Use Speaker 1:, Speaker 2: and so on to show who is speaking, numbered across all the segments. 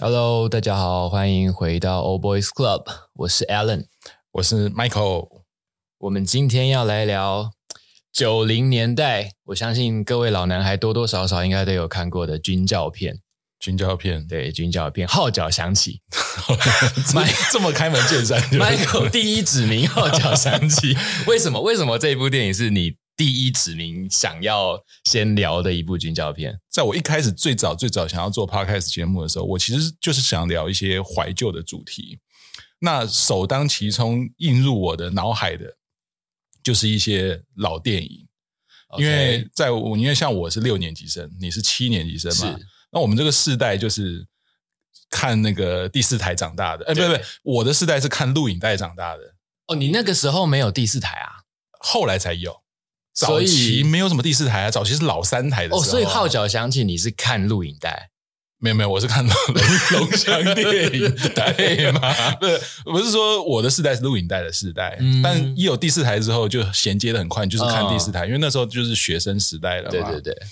Speaker 1: Hello，大家好，欢迎回到 Old Boys Club，我是 Alan。
Speaker 2: 我是 Michael。
Speaker 1: 我们今天要来聊九零年代，我相信各位老男孩多多少少应该都有看过的军照片。
Speaker 2: 军胶片，
Speaker 1: 对，军照片号角响起
Speaker 2: 这这么开门见山就
Speaker 1: ，Michael 第一指 名号角响起。为什么？为什么这一部电影是你第一指名想要先聊的一部军照片？
Speaker 2: 在我一开始最早最早想要做 podcast 节目的时候，我其实就是想聊一些怀旧的主题。那首当其冲映入我的脑海的，就是一些老电影。因为在我，因为像我是六年级生，你是七年级生嘛
Speaker 1: 是，
Speaker 2: 那我们这个世代就是看那个第四台长大的。哎，不
Speaker 1: 对
Speaker 2: 不，我的世代是看录影带长大的，
Speaker 1: 哦，你那个时候没有第四台啊？
Speaker 2: 后来才有。早
Speaker 1: 所以
Speaker 2: 期没有什么第四台啊，早期是老三台的
Speaker 1: 哦，
Speaker 2: 时候啊
Speaker 1: 所以号角响起，你是看录影带。
Speaker 2: 没有没有，我是看龙龙翔电影带 嘛，不是不是说我的世代是录影带的世代，
Speaker 1: 嗯
Speaker 2: 但一有第四台之后就衔接的很快，就是看第四台，因为那时候就是学生时代了嘛。
Speaker 1: 对对，对，
Speaker 2: 哦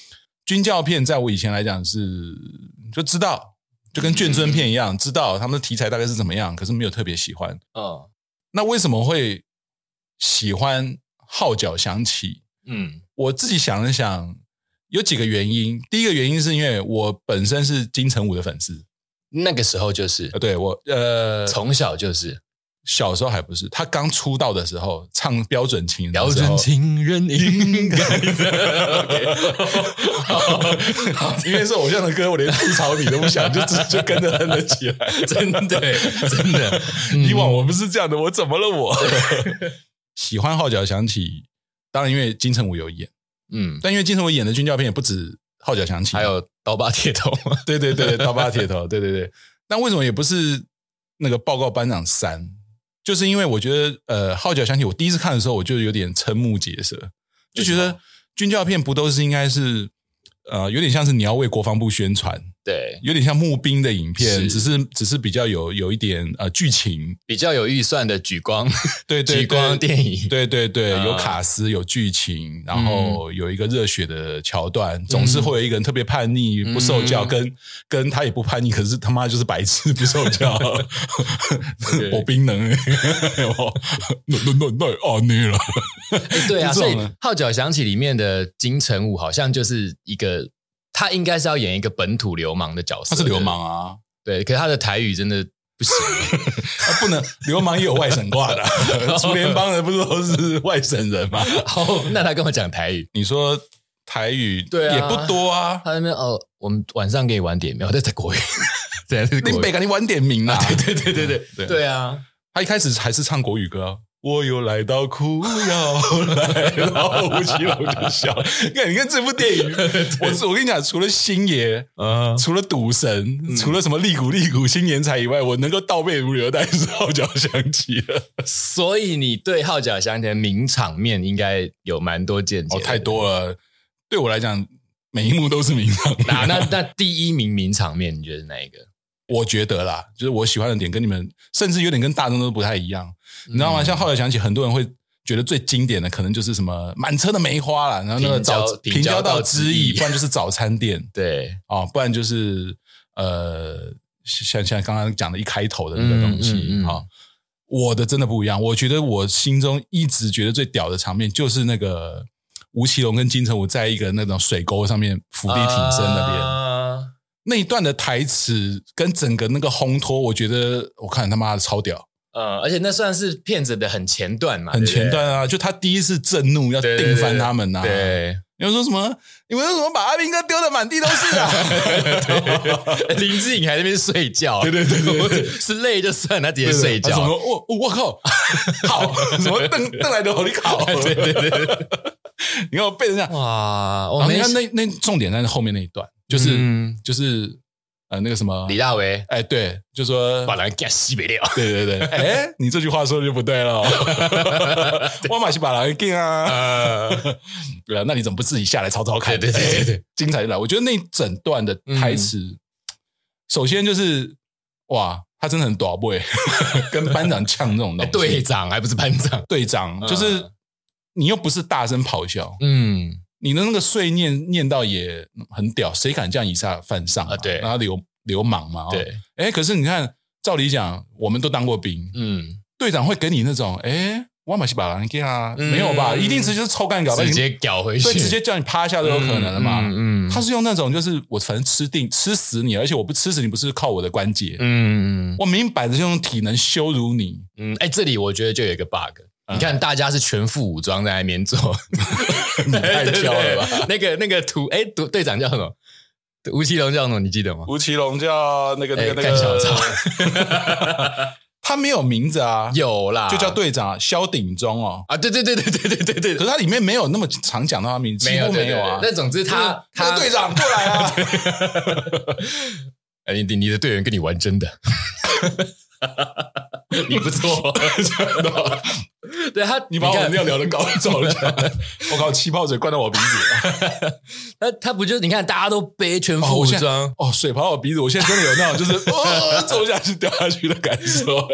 Speaker 2: 军教片在我以前来讲是就知道，就跟眷村片一样，知道他们的题材大概是怎么样，可是没有特别喜欢。
Speaker 1: 嗯
Speaker 2: 那为什么会喜欢号角响起？
Speaker 1: 嗯
Speaker 2: 我自己想了想，有几个原因。第一个原因是因为我本身是金城武的粉丝。
Speaker 1: 那个时候就是
Speaker 2: 呃，对我呃，
Speaker 1: 从小就是
Speaker 2: 小时候还不是他刚出道的时候唱标准情人的
Speaker 1: 标
Speaker 2: 时
Speaker 1: 准
Speaker 2: 候，
Speaker 1: 情人应该的。
Speaker 2: OK 因为是偶像的歌，我连吐槽你都不想，就直就跟着哼了起来。
Speaker 1: 真的真 的，嗯
Speaker 2: 以往我不是这样的，我怎么了我？ 喜欢号角响起，当然因为金城武有演，
Speaker 1: 嗯，
Speaker 2: 但因为金城武演的军教片也不止号角响起，啊
Speaker 1: 还有刀疤铁头，
Speaker 2: 对对对，刀疤铁头，对对对。但为什么也不是那个报告班长三？就是因为我觉得，呃，号角响起，我第一次看的时候，我就有点瞠目结舌，就觉
Speaker 1: 为什
Speaker 2: 得军教片不都是应该是，呃，有点像是你要为国防部宣传，
Speaker 1: 对，
Speaker 2: 有点像募兵的影片，
Speaker 1: 是
Speaker 2: 只是只是比较有有一点呃剧情，
Speaker 1: 比较有预算的举光
Speaker 2: 对对
Speaker 1: 举光
Speaker 2: 对
Speaker 1: 电影，
Speaker 2: 对对对，
Speaker 1: 啊
Speaker 2: 有卡斯，有剧情，然后有一个热血的桥段，总是会有一个人特别叛逆，不受教，
Speaker 1: 嗯
Speaker 2: 跟跟他也不叛逆，可是他妈就是白痴，不受教， 我冰能， 那那那那哦你了，
Speaker 1: 哎对啊，
Speaker 2: 这
Speaker 1: 所
Speaker 2: 种
Speaker 1: 以
Speaker 2: 呢
Speaker 1: 《号角响起》里面的金城武好像就是一个。他应该是要演一个本土流氓的角色，
Speaker 2: 他是流氓啊，
Speaker 1: 对，对可是他的台语真的不行，
Speaker 2: 他啊不能流氓也有外省 挂的啊，竹联帮人不是都是外省人吗？
Speaker 1: 哦，那他跟我讲台语，
Speaker 2: 你说台语
Speaker 1: 对啊
Speaker 2: 也不多啊，
Speaker 1: 他那边哦，我们晚上给你晚点，没有， 这是国语，对，这是
Speaker 2: 林
Speaker 1: 国
Speaker 2: 北
Speaker 1: 语，
Speaker 2: 赶紧晚点名啦，啊对对
Speaker 1: 对对对对，对啊，
Speaker 2: 他一开始还是唱国语歌、啊。我又来到哭要来了，然后吴奇隆就笑。你看，你看这部电影，我是我跟你讲，除了星爷，
Speaker 1: 嗯，
Speaker 2: 除了赌神，除了什么利古利古新年财以外，我能够倒背如流，但是号角响起了。
Speaker 1: 所以你对号角响起的名场面应该有蛮多见解
Speaker 2: 哦，
Speaker 1: 的，
Speaker 2: 太多了，对我来讲，每一幕都是名场面。
Speaker 1: 那那那第一名名场面，你觉得是哪一个？
Speaker 2: 我觉得啦，就是我喜欢的点跟你们，甚至有点跟大众都不太一样，你知道吗？
Speaker 1: 嗯
Speaker 2: 像后来想起，很多人会觉得最经典的可能就是什么满车的梅花啦，然后那个
Speaker 1: 平交
Speaker 2: 早
Speaker 1: 平交道
Speaker 2: 道
Speaker 1: 之
Speaker 2: 之
Speaker 1: 意
Speaker 2: 意，不然就是早餐店
Speaker 1: 对，
Speaker 2: 哦，不然就是呃，像像刚刚讲的一开头的那个东西啊、
Speaker 1: 嗯嗯嗯
Speaker 2: 哦我的真的不一样，我觉得我心中一直觉得最屌的场面就是那个吴奇隆跟金城武在一个那种水沟上面伏地挺身那
Speaker 1: 啊
Speaker 2: 边。
Speaker 1: 边，
Speaker 2: 那一段的台词跟整个那个烘托，我觉得我看他妈的超屌，
Speaker 1: 呃，而且那算是骗子的很前段嘛，
Speaker 2: 很
Speaker 1: 对不对
Speaker 2: 前，段啊！就他第一次震怒要
Speaker 1: 对对对
Speaker 2: 定翻他们呐、啊，
Speaker 1: 对，
Speaker 2: 你们说什么？你们为什么把阿兵哥丢的满地都是啊？
Speaker 1: 林志颖还在那边睡觉，对
Speaker 2: 对对对 对，
Speaker 1: 是累就算，他直接
Speaker 2: 对
Speaker 1: 睡
Speaker 2: 他什
Speaker 1: 觉，
Speaker 2: 么？我我我靠， 好什么邓邓来的好你考？啊
Speaker 1: 对对对对，
Speaker 2: 你看我被人家，
Speaker 1: 哇，哦我
Speaker 2: 然后
Speaker 1: 没
Speaker 2: 你看那那重点在后面那一段，就是
Speaker 1: 嗯
Speaker 2: 就是呃那个什么
Speaker 1: 李，大为
Speaker 2: 哎对，就说
Speaker 1: 把人干西北料，
Speaker 2: 对对 对，哎，你这句话说的就不对了。我马西把狼给啊， 对啊，那你怎么不自己下来抄抄看？
Speaker 1: 呃对对对对对
Speaker 2: 哎，精彩就来！我觉得那一整段的台词，首先就是哇，他真的很短位， 跟班长呛这种东西。
Speaker 1: 哎队长还不是班长，
Speaker 2: 队长，
Speaker 1: 嗯
Speaker 2: 就是你又不是大声咆哮，
Speaker 1: 嗯，
Speaker 2: 你的那个碎念念到也很屌，谁敢这样以下犯上
Speaker 1: 啊对
Speaker 2: 然后流流氓嘛、哦。，
Speaker 1: 对，
Speaker 2: 哎，可是你看，照理讲，我们都当过兵，
Speaker 1: 嗯，
Speaker 2: 队长会给你那种，哎，我马西把人给啊，
Speaker 1: 嗯
Speaker 2: 没有吧？一定是就是臭干搞，
Speaker 1: 直接屌回去，
Speaker 2: 对，直接叫你趴下都有可能的嘛。
Speaker 1: 嗯，嗯
Speaker 2: 他是用那种就是我反正吃定吃死你，而且我不吃死你不是靠我的关节，
Speaker 1: 嗯嗯
Speaker 2: 我明摆着就用体能羞辱你。
Speaker 1: 嗯，哎，这里我觉得就有一个 bug。
Speaker 2: 嗯
Speaker 1: 你看，大家是全副武装在那边做，
Speaker 2: 你太挑了吧？
Speaker 1: 吧？那个那个图，哎，队队长叫什么？吴奇隆叫什么？你记得吗？
Speaker 2: 吴奇隆叫那个那
Speaker 1: 哎
Speaker 2: 个那啊
Speaker 1: 干小
Speaker 2: 个，他没有名字啊，
Speaker 1: 有啦，
Speaker 2: 就叫队长萧鼎中哦。
Speaker 1: 啊，对对对对对对对
Speaker 2: 可
Speaker 1: 对，
Speaker 2: 是他里面没有那么常讲到他名字，
Speaker 1: 没有
Speaker 2: 几乎
Speaker 1: 对
Speaker 2: 没有啊。
Speaker 1: 对对但总之他
Speaker 2: 那
Speaker 1: 他
Speaker 2: 个队长过来 啊，
Speaker 1: 哎，你你的队员跟你玩真 的，你不错，对他，
Speaker 2: 你把我
Speaker 1: 看
Speaker 2: 尿聊的搞 走了，我靠，气泡水灌到我鼻子，
Speaker 1: 他他不就你看大家都背全副武装，
Speaker 2: 哦，水跑到我鼻子，我现在真的有那种就是哦，走下去掉下去的感 受。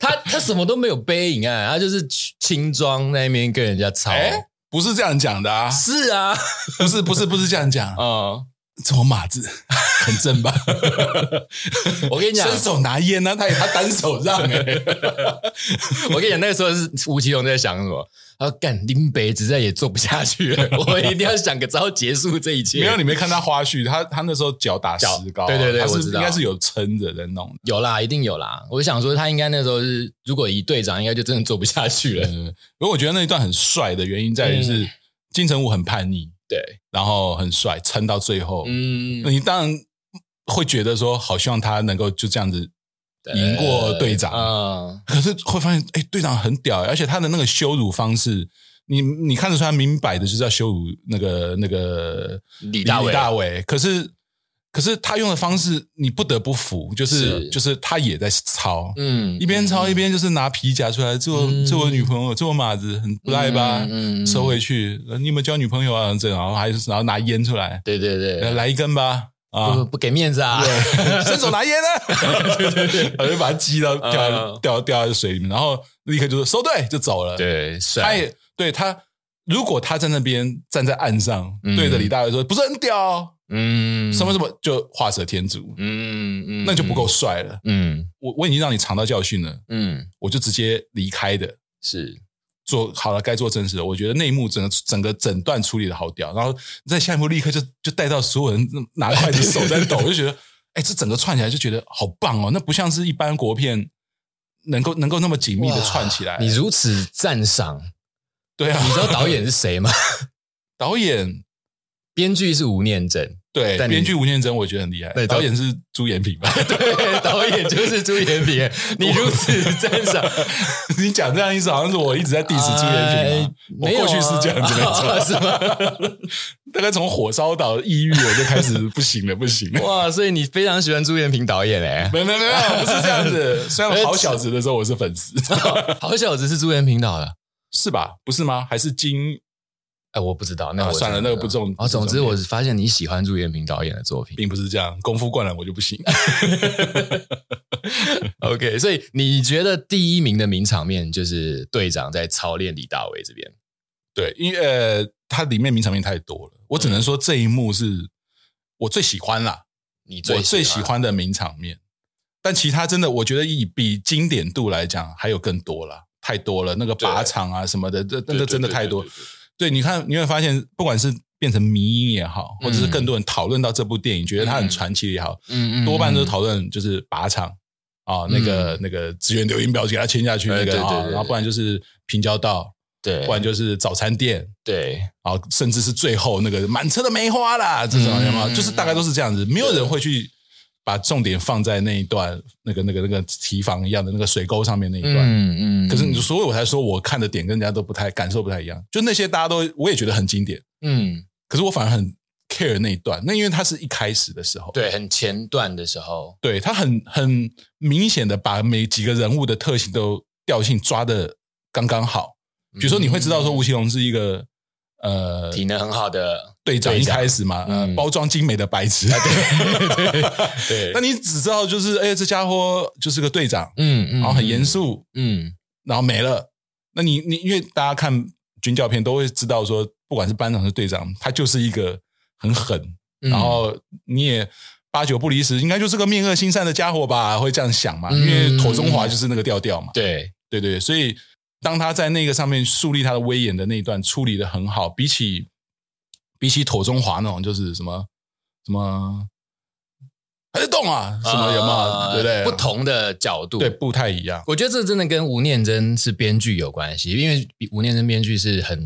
Speaker 1: 他他什么都没有背影啊，他就是轻装在那边跟人家吵，
Speaker 2: 哎，不是这样讲的啊，
Speaker 1: 是啊，
Speaker 2: 不是不是不是这样讲，
Speaker 1: 嗯，
Speaker 2: 这我马子很 正吧？
Speaker 1: 我跟你讲，
Speaker 2: 伸手拿烟啊呢，他也他单手让哎，
Speaker 1: 我跟你讲，那个时候是吴奇隆在想什么？他说：“干林北实在也做不下去 了，我一定要想个招结束这一切。”
Speaker 2: 没有，你没看他花絮，他他那时候脚打
Speaker 1: 脚
Speaker 2: 石膏啊，
Speaker 1: 对对对
Speaker 2: 他
Speaker 1: 我
Speaker 2: 是
Speaker 1: 知
Speaker 2: 应
Speaker 1: 道
Speaker 2: 该是有撑着在弄的。
Speaker 1: 有啦，一定有啦。我想说，他应该那时候是，如果以队长，应该就真的做不下去了。
Speaker 2: 嗯，不过我觉得那一段很帅的原因在于
Speaker 1: 嗯
Speaker 2: 是金城武很叛逆，
Speaker 1: 对，
Speaker 2: 然后很帅，撑到最后，
Speaker 1: 嗯，
Speaker 2: 你当然会觉得说，好希望他能够就这样子赢过队长。
Speaker 1: 嗯，
Speaker 2: 可是会发现，哎、队长很屌、而且他的那个羞辱方式，你你看得出来，明摆的就是要羞辱那个那个
Speaker 1: 李大
Speaker 2: 李
Speaker 1: 伟，
Speaker 2: 大伟。可是可是他用的方式，你不得不服，就是
Speaker 1: 是
Speaker 2: 就是他也在操。
Speaker 1: 嗯
Speaker 2: 一边操一边就是拿皮夹出来做
Speaker 1: 嗯
Speaker 2: 做我女朋友，做我马子，很不赖吧？
Speaker 1: 嗯
Speaker 2: 收，回去，你有没有交女朋友啊？这然后还是然后拿烟出来，
Speaker 1: 对对对，
Speaker 2: 来一根吧啊！
Speaker 1: 不不给面子啊，
Speaker 2: 伸手拿烟呢，对对对，我就把他击到掉
Speaker 1: 嗯
Speaker 2: 掉掉在水里面，然后立刻就说收队就走 了。，
Speaker 1: 对，啊
Speaker 2: 他
Speaker 1: 帅，
Speaker 2: 也对他，如果他在那边站在岸上，
Speaker 1: 嗯
Speaker 2: 对着李大伟说不是很屌哦，
Speaker 1: 嗯
Speaker 2: 什么，什么就画蛇添足，
Speaker 1: 嗯嗯，
Speaker 2: 那就不够，帅了。
Speaker 1: 嗯
Speaker 2: 我我已经让你尝到教训了，
Speaker 1: 嗯，
Speaker 2: 我就直接离开的。
Speaker 1: 是，
Speaker 2: 做好了该做正事了，我觉得内幕整个整个整段处理的好屌，然后在下一幕立刻就就带到所有人拿筷子手在抖，我就觉得哎、这整个串起来就觉得好棒哦，那不像是一般国片能够能够那么紧密的串起来。
Speaker 1: 你如此赞赏，
Speaker 2: 对啊
Speaker 1: 你，知道导演是谁吗？
Speaker 2: 导演
Speaker 1: 编剧是吴念真，
Speaker 2: 对
Speaker 1: 但你
Speaker 2: 编剧吴念真我觉得很厉害，
Speaker 1: 对
Speaker 2: 导
Speaker 1: 导
Speaker 2: 演是朱延平吧？
Speaker 1: 对， 导演就是朱延平， 你如此赞 赏，
Speaker 2: 你讲这样意思好像是我一直在 diss 朱延平吗？我
Speaker 1: 没有
Speaker 2: 过
Speaker 1: 啊
Speaker 2: 去是这样子没错，
Speaker 1: 是吗？
Speaker 2: 大概从火烧岛抑郁我就开始不行了，不行了。
Speaker 1: 哇，所以你非常喜欢朱延平导演哎、
Speaker 2: 没没没有，不是这样子。虽然我好小子的时候我是粉丝，
Speaker 1: 好小子是朱延平导的，
Speaker 2: 是吧？不是吗？还是金？
Speaker 1: 哎，我不知道，那
Speaker 2: 啊
Speaker 1: 我
Speaker 2: 算了
Speaker 1: 真的
Speaker 2: 那个不重
Speaker 1: 哦，总
Speaker 2: 不
Speaker 1: 之
Speaker 2: 重嗯
Speaker 1: 我是发现你喜欢朱延平导演的作品。
Speaker 2: 并不是这样。功夫灌篮我就不行。
Speaker 1: OK，所以你觉得第一名的名场面就是队长在操练李大为这边，
Speaker 2: 对，因为呃，它里面名场面太多了，我只能说这一幕是我最喜欢啦，
Speaker 1: 你最
Speaker 2: 我最喜欢的名场面。但其他真的，我觉得以比经典度来讲，还有更多啦，太多了。那个靶场啊什么的，这那
Speaker 1: 对对
Speaker 2: 个真的
Speaker 1: 对
Speaker 2: 太多
Speaker 1: 对对对。
Speaker 2: 对，你看，你会发现，不管是变成迷因也好，或者是更多人讨论到这部电影，觉得它很
Speaker 1: 嗯
Speaker 2: 传奇也好，
Speaker 1: 嗯
Speaker 2: 多半都是讨论就是靶场啊，那个那个职员留言表给他签下去
Speaker 1: 哎
Speaker 2: 那
Speaker 1: 对
Speaker 2: 个
Speaker 1: 对
Speaker 2: 啊，
Speaker 1: 对
Speaker 2: 然后不然就是平交道，
Speaker 1: 对
Speaker 2: 不然就是早餐店。
Speaker 1: 对，
Speaker 2: 啊，甚至是最后那个满车的梅花啦，这种
Speaker 1: 嗯
Speaker 2: 有没有？
Speaker 1: 嗯
Speaker 2: 就是大概都是这样子，没有人会去把重点放在那一段那个那个那个提防一样的那个水沟上面那一段。
Speaker 1: 嗯嗯
Speaker 2: 可是你，所以我才说我看的点跟人家都不太感受不太一样，就那些大家都我也觉得很经典，
Speaker 1: 嗯，
Speaker 2: 可是我反而很 care 那一段，那因为它是一开始的时候，
Speaker 1: 对，很前段的时候，
Speaker 2: 对他很很明显的把每几个人物的特性都调性抓的刚刚好。比如说，你会知
Speaker 1: 嗯
Speaker 2: 道说吴奇隆是一个呃
Speaker 1: 体能很好 的，
Speaker 2: 队长一
Speaker 1: 队长
Speaker 2: 开始嘛，呃
Speaker 1: 嗯啊
Speaker 2: 包装精美的白痴。
Speaker 1: 对
Speaker 2: 那你只知道就是，哎，这家伙就是个队长，
Speaker 1: 嗯嗯，
Speaker 2: 然后很严
Speaker 1: 肃，
Speaker 2: 肃，
Speaker 1: 嗯
Speaker 2: 然后没了。那你你因为大家看军教片都会知道说，不管是班长还是队长，他就是一个很狠，
Speaker 1: 嗯
Speaker 2: 然后你也八九不离十，应该就是个面恶心善的家伙吧，会这样想嘛？因
Speaker 1: 嗯
Speaker 2: 为妥中华就是那个调调嘛。
Speaker 1: 对，
Speaker 2: 对对，所以当他在那个上面树立他的威严的那一段处理的很好，比起比起妥中华那种就是什么什么还在动啊什么有嘛，
Speaker 1: 呃
Speaker 2: 对不对？
Speaker 1: 不同的角度，
Speaker 2: 对不太一样，
Speaker 1: 我觉得这真的跟吴念真是编剧有关系，因为吴念真编剧是很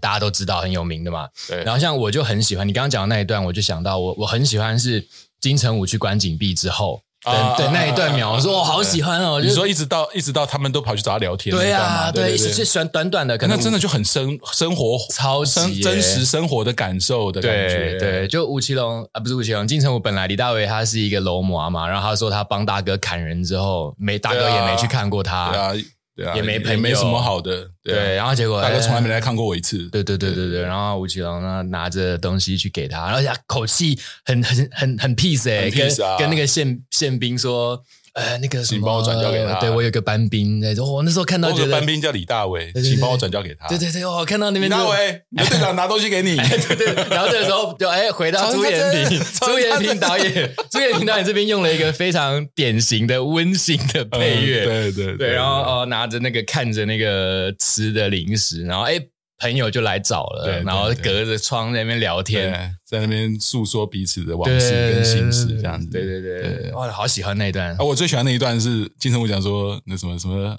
Speaker 1: 大家都知道很有名的嘛。
Speaker 2: 对
Speaker 1: 然后像我就很喜欢你刚刚讲的那一段，我就想到我我很喜欢是金城武去关禁闭之后，对
Speaker 2: 啊
Speaker 1: 对那一段描，
Speaker 2: 啊
Speaker 1: 我说
Speaker 2: 啊
Speaker 1: 我好喜欢哦。
Speaker 2: 你
Speaker 1: 就是
Speaker 2: 说一直到一直到他们都跑去找他聊天那一
Speaker 1: 对
Speaker 2: 段
Speaker 1: 啊，
Speaker 2: 嘛，对
Speaker 1: 对，
Speaker 2: 对
Speaker 1: 是
Speaker 2: 对，
Speaker 1: 喜欢短短的，可
Speaker 2: 那
Speaker 1: 能
Speaker 2: 真的就很生生活
Speaker 1: 超级
Speaker 2: 生
Speaker 1: 耶
Speaker 2: 真实生活的感受的感
Speaker 1: 对
Speaker 2: 觉，
Speaker 1: 对，就吴奇隆啊，不是吴奇隆，金城武本来李大为他是一个楼模嘛，然后他说他帮大哥砍人之后，没大哥
Speaker 2: 对啊
Speaker 1: 也没去看过他，
Speaker 2: 对啊对啊，
Speaker 1: 也没朋
Speaker 2: 也
Speaker 1: 友
Speaker 2: 没什么好的，
Speaker 1: 对
Speaker 2: 对啊，
Speaker 1: 然后结果
Speaker 2: 大哥从来没
Speaker 1: 哎
Speaker 2: 来看过我一次，
Speaker 1: 对对对对对，然后吴奇隆呢拿着东西去给他，然后他口气很很很很 peace 哎、
Speaker 2: 很 peace 啊
Speaker 1: 跟跟那个宪宪兵说，呃，那个什么，
Speaker 2: 请帮我转交给他
Speaker 1: 对我有个班兵那种，我那时候看到
Speaker 2: 我
Speaker 1: 觉
Speaker 2: 的
Speaker 1: 得
Speaker 2: 班，兵叫李大为，
Speaker 1: 对对
Speaker 2: 请帮我转交给他。
Speaker 1: 对对对，我看到那
Speaker 2: 李
Speaker 1: 边
Speaker 2: 大
Speaker 1: 就哎
Speaker 2: 为，你的欸队长拿东西给 你。
Speaker 1: 对 对，然后这个时候就哎，回到朱延平，
Speaker 2: 曹
Speaker 1: 朱
Speaker 2: 仁
Speaker 1: 延
Speaker 2: 泰
Speaker 1: 平导 演，朱延平导演这边用了一个非常典型的温馨的配乐，
Speaker 2: 嗯对对
Speaker 1: 对，然后哦拿着那个看着那个吃的零食，然后哎朋友就来找了，
Speaker 2: 对对
Speaker 1: 然后
Speaker 2: 对
Speaker 1: 隔着窗在那边聊
Speaker 2: 对
Speaker 1: 天，
Speaker 2: 在那边诉说彼此的往
Speaker 1: 对
Speaker 2: 事跟心事，这样子。
Speaker 1: 对对对哦对，哇，好喜欢那一段
Speaker 2: 啊，。我最喜欢那一段是金城武讲说那什么什么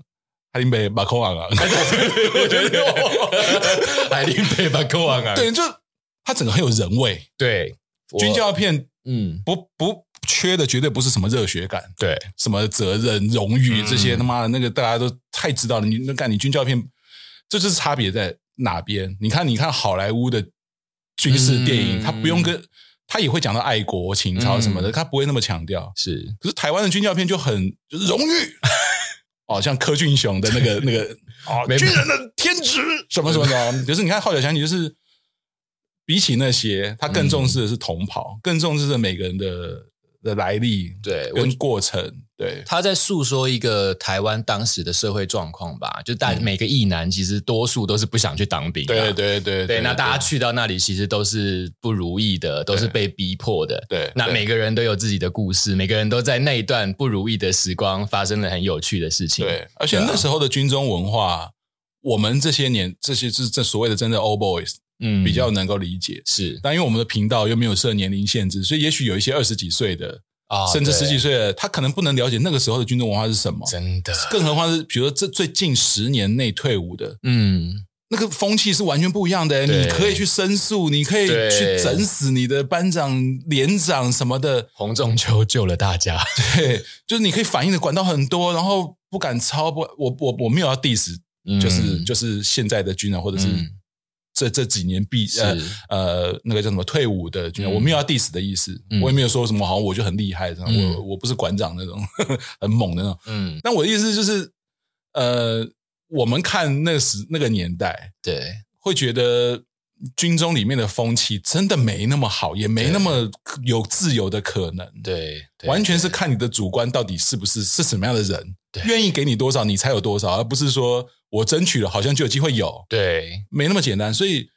Speaker 2: 哈林北马扣昂啊，
Speaker 1: 我觉得哇 海林北把歌王啊，
Speaker 2: 对，就他整个很有人味。
Speaker 1: 对，我
Speaker 2: 军教片
Speaker 1: 嗯
Speaker 2: 不不缺的绝对不是什么热血感，
Speaker 1: 对
Speaker 2: 什么责任、荣誉这些，
Speaker 1: 嗯
Speaker 2: 他妈的那个大家都太知道了。你那干你军教片，这就是差别在哪边？你看，你看好莱坞的军事电影，
Speaker 1: 嗯
Speaker 2: 他不用跟他也会讲到爱国情操什么的，
Speaker 1: 嗯
Speaker 2: 他不会那么强调。
Speaker 1: 是
Speaker 2: 可是台湾的军教片就很就是荣 誉。哦，像柯俊雄的那个那个哦，
Speaker 1: 没
Speaker 2: 军人的天职什么什么的，就是你看《号角响起》，就是比起那些，他更重视的是同袍，更重视的每个人的的来历，
Speaker 1: 对我
Speaker 2: 跟过程，对，
Speaker 1: 他在诉说一个台湾当时的社会状况吧，就大、每个役男其实多数都是不想去当兵、啊
Speaker 2: 对对。对对
Speaker 1: 嗯对，那大家去到那里其实都是不如意的，都是被逼迫的。
Speaker 2: 对
Speaker 1: 那
Speaker 2: 对
Speaker 1: 每个人都有自己的故事，每个人都在那一段不如意的时光发生了很有趣的事情。
Speaker 2: 对，而且
Speaker 1: 对啊
Speaker 2: 那时候的军中文化，我们这些年这些是这所谓的真的 old boys
Speaker 1: 嗯
Speaker 2: 比较能够理解。
Speaker 1: 是
Speaker 2: 但因为我们的频道又没有设年龄限制，所以也许有一些二十几岁的，
Speaker 1: 啊
Speaker 2: 甚至十几
Speaker 1: 岁，
Speaker 2: 岁的，他可能不能了解那个时候的军中文化是什么。
Speaker 1: 真的，
Speaker 2: 更何况是比如说这最近十年内退伍的，
Speaker 1: 嗯，
Speaker 2: 那个风气是完全不一样的。
Speaker 1: 对
Speaker 2: 你可以去申诉，你可以
Speaker 1: 对
Speaker 2: 去整死你的班长、连长什么的。
Speaker 1: 洪仲秋救了大家。
Speaker 2: 对，就是你可以反应的管道很多，然后不敢超不，我我我没有要 diss，就是、
Speaker 1: 嗯
Speaker 2: 就是现在的军人或者是
Speaker 1: 嗯
Speaker 2: 这、这几年毕
Speaker 1: 是
Speaker 2: 呃呃那个叫什么退伍的军人，
Speaker 1: 嗯
Speaker 2: 我没有要 diss 的意思，
Speaker 1: 嗯
Speaker 2: 我也没有说什么好像我就很厉害这样，
Speaker 1: 嗯
Speaker 2: 我我不是馆长那种 很猛的那种，
Speaker 1: 嗯，
Speaker 2: 但我的意思就是呃，我们看那时那个年代，
Speaker 1: 对，
Speaker 2: 会觉得军中里面的风气真的没那么好，也没那么有自由的可能。
Speaker 1: 对，对
Speaker 2: 完全是看你的主观到底是不是是什么样的人
Speaker 1: 对，
Speaker 2: 愿意给你多少，你才有多少，而不是说我争取了，好像就有机会有，
Speaker 1: 对，
Speaker 2: 没那么简单。所以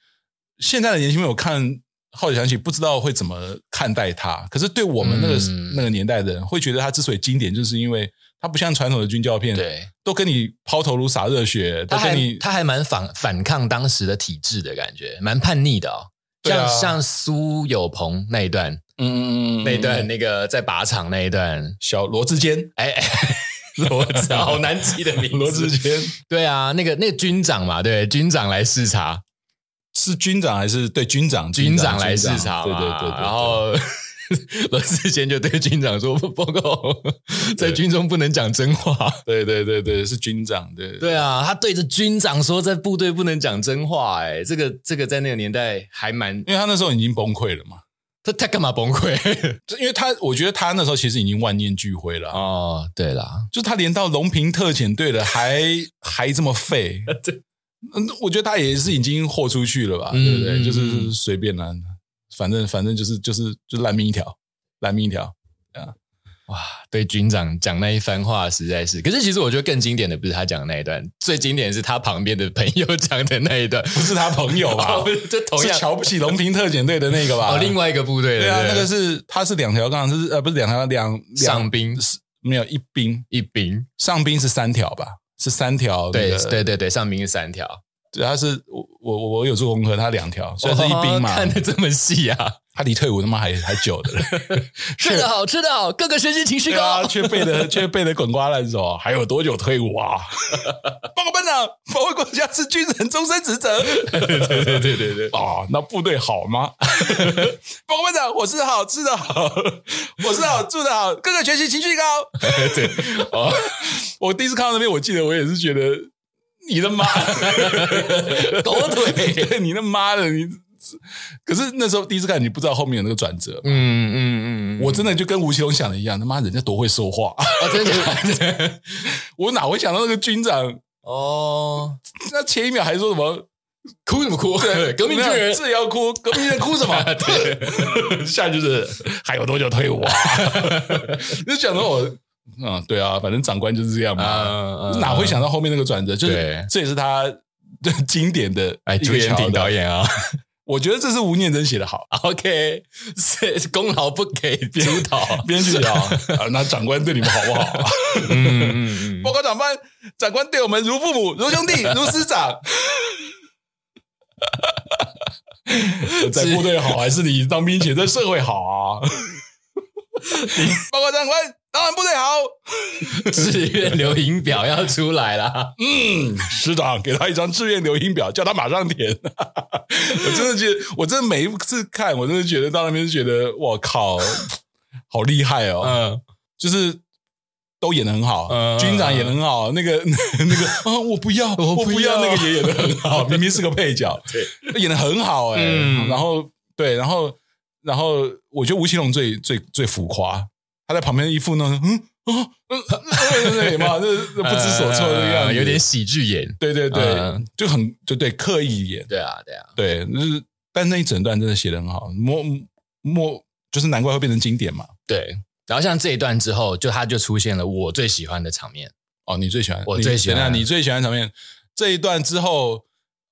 Speaker 2: 现在的年轻朋友看《好奇想起》，不知道会怎么看待它。可是对我们那个、
Speaker 1: 嗯
Speaker 2: 那个年代的人，会觉得它之所以经典，就是因为它不像传统的军教片，
Speaker 1: 对，
Speaker 2: 都跟你抛头颅洒热血，都
Speaker 1: 他
Speaker 2: 嗯跟
Speaker 1: 还
Speaker 2: 你
Speaker 1: 他还蛮反反抗当时的体制的感觉，蛮叛逆的哦。
Speaker 2: 对
Speaker 1: 像、
Speaker 2: 啊
Speaker 1: 像苏有朋那一段，
Speaker 2: 嗯
Speaker 1: 那一段那个在靶场那一段，
Speaker 2: 小罗志坚，
Speaker 1: 哎， 哎罗志好难记的名字。
Speaker 2: 罗志坚
Speaker 1: 对啊，那个那个军长嘛，对，军长来视察，
Speaker 2: 是军长还是对军长？
Speaker 1: 军长来视察
Speaker 2: 对
Speaker 1: 嘛，
Speaker 2: 对对对，
Speaker 1: 然后。罗志贤就对军长说：“报告，在
Speaker 2: 对
Speaker 1: 军中不能讲真话。
Speaker 2: 对对对对是军长，对”
Speaker 1: 对啊，他对着军长说，在部队不能讲真话、哎，这个这个在那个年代还蛮
Speaker 2: 因为他那时候已经崩溃了嘛，
Speaker 1: 他他干嘛崩 溃？
Speaker 2: 就因为他我觉得他那时候其实已经万念俱灰了啊，
Speaker 1: 哦，对啦，
Speaker 2: 就他连到龙平特遣队了，还 还这么废，
Speaker 1: 对
Speaker 2: 嗯，我觉得他也是已经豁出去了吧，
Speaker 1: 嗯
Speaker 2: 对不对？
Speaker 1: 嗯
Speaker 2: 就是
Speaker 1: 嗯
Speaker 2: 随便啦，反正反正就是就是就烂命一条，烂命一条，啊，
Speaker 1: 哇，对军长讲那一番话实在是，可是其实我觉得更经典的不是他讲的那一段，最经典的是他旁边的朋友讲的那 一段，
Speaker 2: 不是他朋友吧
Speaker 1: 哦不？是这同
Speaker 2: 是
Speaker 1: 样
Speaker 2: 瞧不起龙平特遣队的那个吧？
Speaker 1: 哦，另外一个部队的
Speaker 2: 对啊，那个
Speaker 1: 不
Speaker 2: 是他是两条杠，是呃不是两条杠两
Speaker 1: 上
Speaker 2: 两
Speaker 1: 兵
Speaker 2: 没有一兵
Speaker 1: 一兵，
Speaker 2: 上兵是三条吧？是三条那
Speaker 1: 对
Speaker 2: 个
Speaker 1: 对对对，上兵是三 条，
Speaker 2: 对，他是我我我有做功课，他两条，所以是一兵嘛
Speaker 1: 哦。看的这么细 啊，
Speaker 2: 他离退伍他妈还还久 的了，
Speaker 1: 吃得好，吃得好，各个身心情绪
Speaker 2: 对
Speaker 1: 高
Speaker 2: 啊，。却背的却背的滚瓜烂熟，啊还有多久退伍 啊？报告班长，保卫国家是军人终身职 责。
Speaker 1: 对对对对对，
Speaker 2: 啊，那部队好 吗？报告班长，我是好吃的好，我是好住的好，各个学习情绪高。
Speaker 1: 对 哦，
Speaker 2: 我第一次看到那边，我记得我也是觉得你的妈，
Speaker 1: 狗腿，
Speaker 2: 对你的妈的你。可是那时候第一次看，你不知道后面有那个转折。
Speaker 1: 嗯嗯嗯，
Speaker 2: 我真的就跟吴奇隆想的一样，他妈人家多会说话，
Speaker 1: 哦，真的 假的？
Speaker 2: 我哪会想到那个军长？
Speaker 1: 哦，
Speaker 2: 那前一秒还说什么
Speaker 1: 哭什么哭？ 革命军
Speaker 2: 没有
Speaker 1: 人
Speaker 2: 自己要哭，革命军人哭什 么？ 下就是还有多久退伍啊？ 就想到我，嗯，对啊，反正长官就是这样嘛，
Speaker 1: 啊
Speaker 2: 哪会？想到后面那个转折？就是
Speaker 1: 对
Speaker 2: 这也是他 经典的
Speaker 1: 哎，
Speaker 2: 一
Speaker 1: 朱
Speaker 2: 个
Speaker 1: 延
Speaker 2: 桥
Speaker 1: 平导
Speaker 2: 段。
Speaker 1: 演啊
Speaker 2: 我觉得这是吴念真写的好，
Speaker 1: ，OK，是功劳不给主导，
Speaker 2: 编剧啊，啊那长官对你们好不好啊？
Speaker 1: 嗯嗯
Speaker 2: 报告长官，长官对我们如父母、 如兄弟、如师长。 在部队好，还是你当兵前在社会好啊？ 报告长官，当然部队好。
Speaker 1: 嗯，志愿留影表要出来啦，
Speaker 2: 嗯，师长给他一张志愿留英表，叫他马上填。 我真的觉得，我真的每一次看，我真的觉得到那边就觉得，我靠，好厉害哦！
Speaker 1: 嗯，
Speaker 2: 就是都演的很好，
Speaker 1: 嗯
Speaker 2: 军长演的很好，那个 那个啊，我不 要，我
Speaker 1: 不
Speaker 2: 不要，
Speaker 1: 要
Speaker 2: 那个也演的很好， 明明是个配角，对，演的很好哎、
Speaker 1: 嗯
Speaker 2: 然后对，然后然后我觉得吴奇隆最最最浮夸，他在旁边一副那种嗯。哦，嗯，嗯对对对嘛，就是不知所措的样子，
Speaker 1: 嗯有点喜剧演，
Speaker 2: 对对对，
Speaker 1: 嗯
Speaker 2: 就很就对刻意演，
Speaker 1: 对啊对啊，
Speaker 2: 对，就是但那一整段真的写的很好，莫莫就是难怪会变成经典嘛。
Speaker 1: 对。然后像这一段之后，就他就出现了我最喜欢的场面，
Speaker 2: 哦，你最喜欢？
Speaker 1: 我
Speaker 2: 你
Speaker 1: 最喜欢
Speaker 2: 等一下你最喜欢场面这一段之后，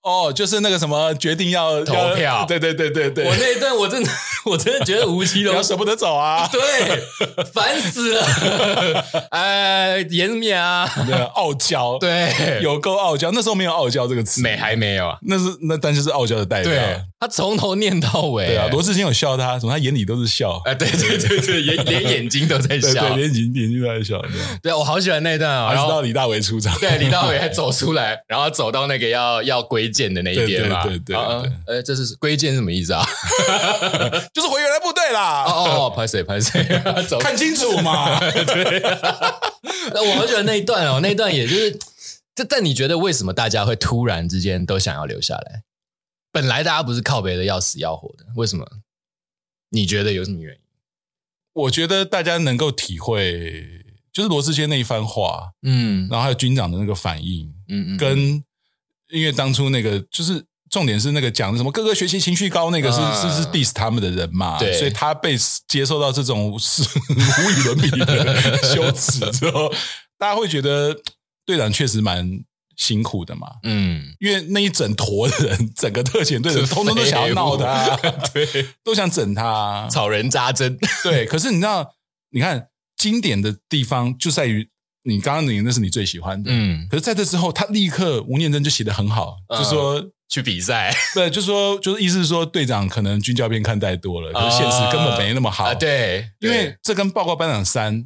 Speaker 2: 哦，就是那个什么决定要
Speaker 1: 投
Speaker 2: 要
Speaker 1: 票
Speaker 2: 对对对对对，
Speaker 1: 我那一段我真的 我真的觉得 吴奇
Speaker 2: 你
Speaker 1: 隆，
Speaker 2: 要舍不得走啊
Speaker 1: 对，烦死了。呃，颜面啊，
Speaker 2: 对啊傲娇，，
Speaker 1: 对，
Speaker 2: 有够傲娇。那时候没有傲娇这个词，
Speaker 1: 美还没有啊？
Speaker 2: 那是那但就是傲娇的代表。
Speaker 1: 对，他从头念到尾。欸
Speaker 2: 啊对啊，罗志清有笑他，什么他眼里都是笑，
Speaker 1: 哎，对对对对，连连眼睛都在
Speaker 2: 对
Speaker 1: 笑
Speaker 2: 对，。眼睛眼睛都在笑，对
Speaker 1: 对，我好喜欢那一段啊。
Speaker 2: 还
Speaker 1: 然
Speaker 2: 是到
Speaker 1: 后
Speaker 2: 李大为出场，
Speaker 1: 对李大伟还走出来，然后走到那个要要归建的那一边嘛。
Speaker 2: 对对对对
Speaker 1: 然后呃，这是归建是什么意思 啊？
Speaker 2: 就是回原来部队啦。
Speaker 1: 哦哦，哦拍谁拍谁， 走
Speaker 2: 看清 楚嘛！
Speaker 1: 那我好喜欢那一段哦，那一段也就是，但但你觉得为什么大家会突然之间都想要留下来？本来大家不是靠北的要死要活的，为什么？你觉得有什么原因？
Speaker 2: 我觉得大家能够体会，就是罗志谦那一番话，
Speaker 1: 嗯
Speaker 2: 然后还有军长的那个反应，
Speaker 1: 嗯嗯，
Speaker 2: 跟因为当初那个就是重点是那个讲的什么各个学习情绪高那个是、
Speaker 1: 啊
Speaker 2: 是是 diss 他们的人嘛，
Speaker 1: 对
Speaker 2: 所以他被接受到这种是无 与伦比的 羞耻之后，大家会觉得队长确实蛮辛苦的嘛。
Speaker 1: 嗯
Speaker 2: 因为那一整坨的人，整个特遣队的人，啊
Speaker 1: 是啊
Speaker 2: 通通都想要 闹 他，
Speaker 1: 对，
Speaker 2: 都想整他。
Speaker 1: 草人扎 针，
Speaker 2: 对，可是你知道，你看经典的地方就在于你刚刚你那是你最喜欢的，
Speaker 1: 嗯，
Speaker 2: 可是在这之后，他立刻吴念真就写的很好，
Speaker 1: 嗯
Speaker 2: 就说、
Speaker 1: 去比赛
Speaker 2: 对，就说就是意思是说，队长可能军教片看太多了，可是现实根本没那么好。
Speaker 1: 啊，，对，
Speaker 2: 因为这跟报告班长三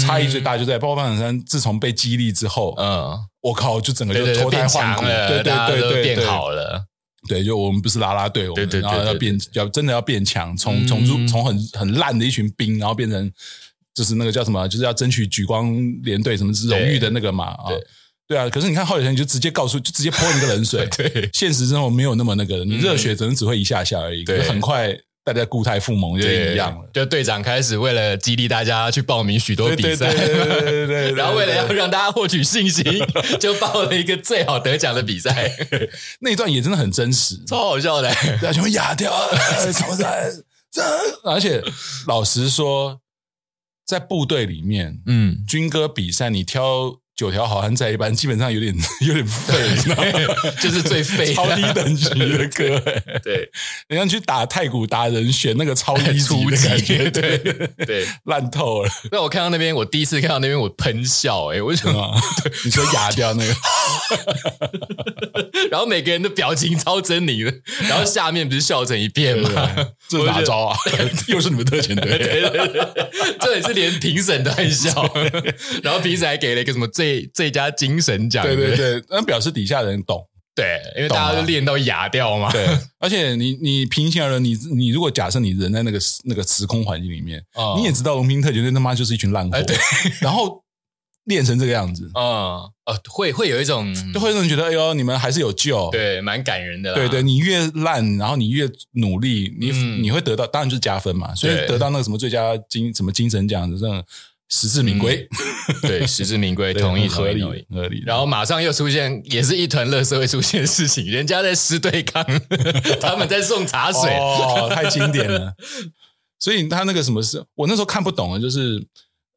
Speaker 2: 差异最，大就在报告班长三自从被激励之后，
Speaker 1: 嗯，
Speaker 2: 我靠，就整个
Speaker 1: 对对
Speaker 2: 就
Speaker 1: 对，
Speaker 2: 脱胎
Speaker 1: 变
Speaker 2: 换
Speaker 1: 强
Speaker 2: 骨，
Speaker 1: 了，
Speaker 2: 对
Speaker 1: 大家
Speaker 2: 对
Speaker 1: 都
Speaker 2: 对对，
Speaker 1: 变好了，
Speaker 2: 对，就我们不是啦啦队，我们
Speaker 1: 对对对
Speaker 2: 然后要
Speaker 1: 对
Speaker 2: 变，要真的要变强，从
Speaker 1: 嗯
Speaker 2: 从入从很很烂的一群兵，然后变成就是那个叫什么，就是要争取举光联队什么荣誉的那个嘛啊
Speaker 1: 对。。
Speaker 2: 对啊，可是你看后来你就直接告诉，就直接泼你个冷水
Speaker 1: 对 嗯
Speaker 2: 现实生活没有那么那个，你热血只能只会一下下而已。
Speaker 1: 对
Speaker 2: 可是很快大家固态复萌就一样了。
Speaker 1: 就队长开始为了激励大家去报名许多
Speaker 2: 对
Speaker 1: 比
Speaker 2: 对
Speaker 1: 赛
Speaker 2: 对，对 对对对。
Speaker 1: 然后为了
Speaker 2: 对
Speaker 1: 要让大家获取信 心，就报了一个最好得奖的比赛，
Speaker 2: 那一段也真的很真实，
Speaker 1: 超好笑的。
Speaker 2: 对啊，全部 呃哑掉，什么的。而且老实说，在部队里面，
Speaker 1: 嗯，
Speaker 2: 军歌比赛你挑九条好汉在一班，基本上有点 有点废，你知道吗
Speaker 1: 就是最废的
Speaker 2: 超低等级的歌、欸。
Speaker 1: 对
Speaker 2: 人家去打太鼓达人，选那个超低 级
Speaker 1: 初
Speaker 2: 的
Speaker 1: 级
Speaker 2: 感觉，对
Speaker 1: 对。
Speaker 2: 烂透了，
Speaker 1: 那我看到那边，我第一次看到那边，我喷笑哎、欸，我就想
Speaker 2: 是，吗？你说哑掉那个，嗯
Speaker 1: 然后每个人的表情超狰狞的，然后下面不是笑成一片
Speaker 2: 对不
Speaker 1: 吗？
Speaker 2: 对？ 这是哪招 啊？ 又是你们特遣队。
Speaker 1: 对对对， 这也是连评审都很笑，然后评审还给了一个什么最最佳精神奖，
Speaker 2: 对
Speaker 1: 对
Speaker 2: 对对，那表示底下人懂。
Speaker 1: 对，因为大家
Speaker 2: 懂
Speaker 1: 都
Speaker 2: 啊
Speaker 1: 练到哑掉嘛。
Speaker 2: 对， 而且你你平心而论，你你如果假设你人在那个时那个时空环境里面，
Speaker 1: 嗯
Speaker 2: 你也知道龙平特警队他妈就是一群烂货，
Speaker 1: 哎对
Speaker 2: 然后练成这个样子，
Speaker 1: 嗯，呃，会会有一种
Speaker 2: 就会让人觉得哎呦，你们还是有救。
Speaker 1: 对啊蛮感人的啦，
Speaker 2: 对对，你越烂，然后你越努力，你、
Speaker 1: 嗯
Speaker 2: 你会得到，当然就是加分嘛。所以
Speaker 1: 对
Speaker 2: 得到那个什么最佳精什么精神奖，真的实至名归，
Speaker 1: 嗯 对，实至名归，
Speaker 2: 对
Speaker 1: 同意
Speaker 2: 很合
Speaker 1: 同意
Speaker 2: 理
Speaker 1: 同意。
Speaker 2: 合理。
Speaker 1: 然后马上又出现，也是一团乐色会出现的事情，人家在湿对抗， 他们在送茶水，
Speaker 2: 哦，太经典了。 所以他那个什么是，我那时候看不懂的，就是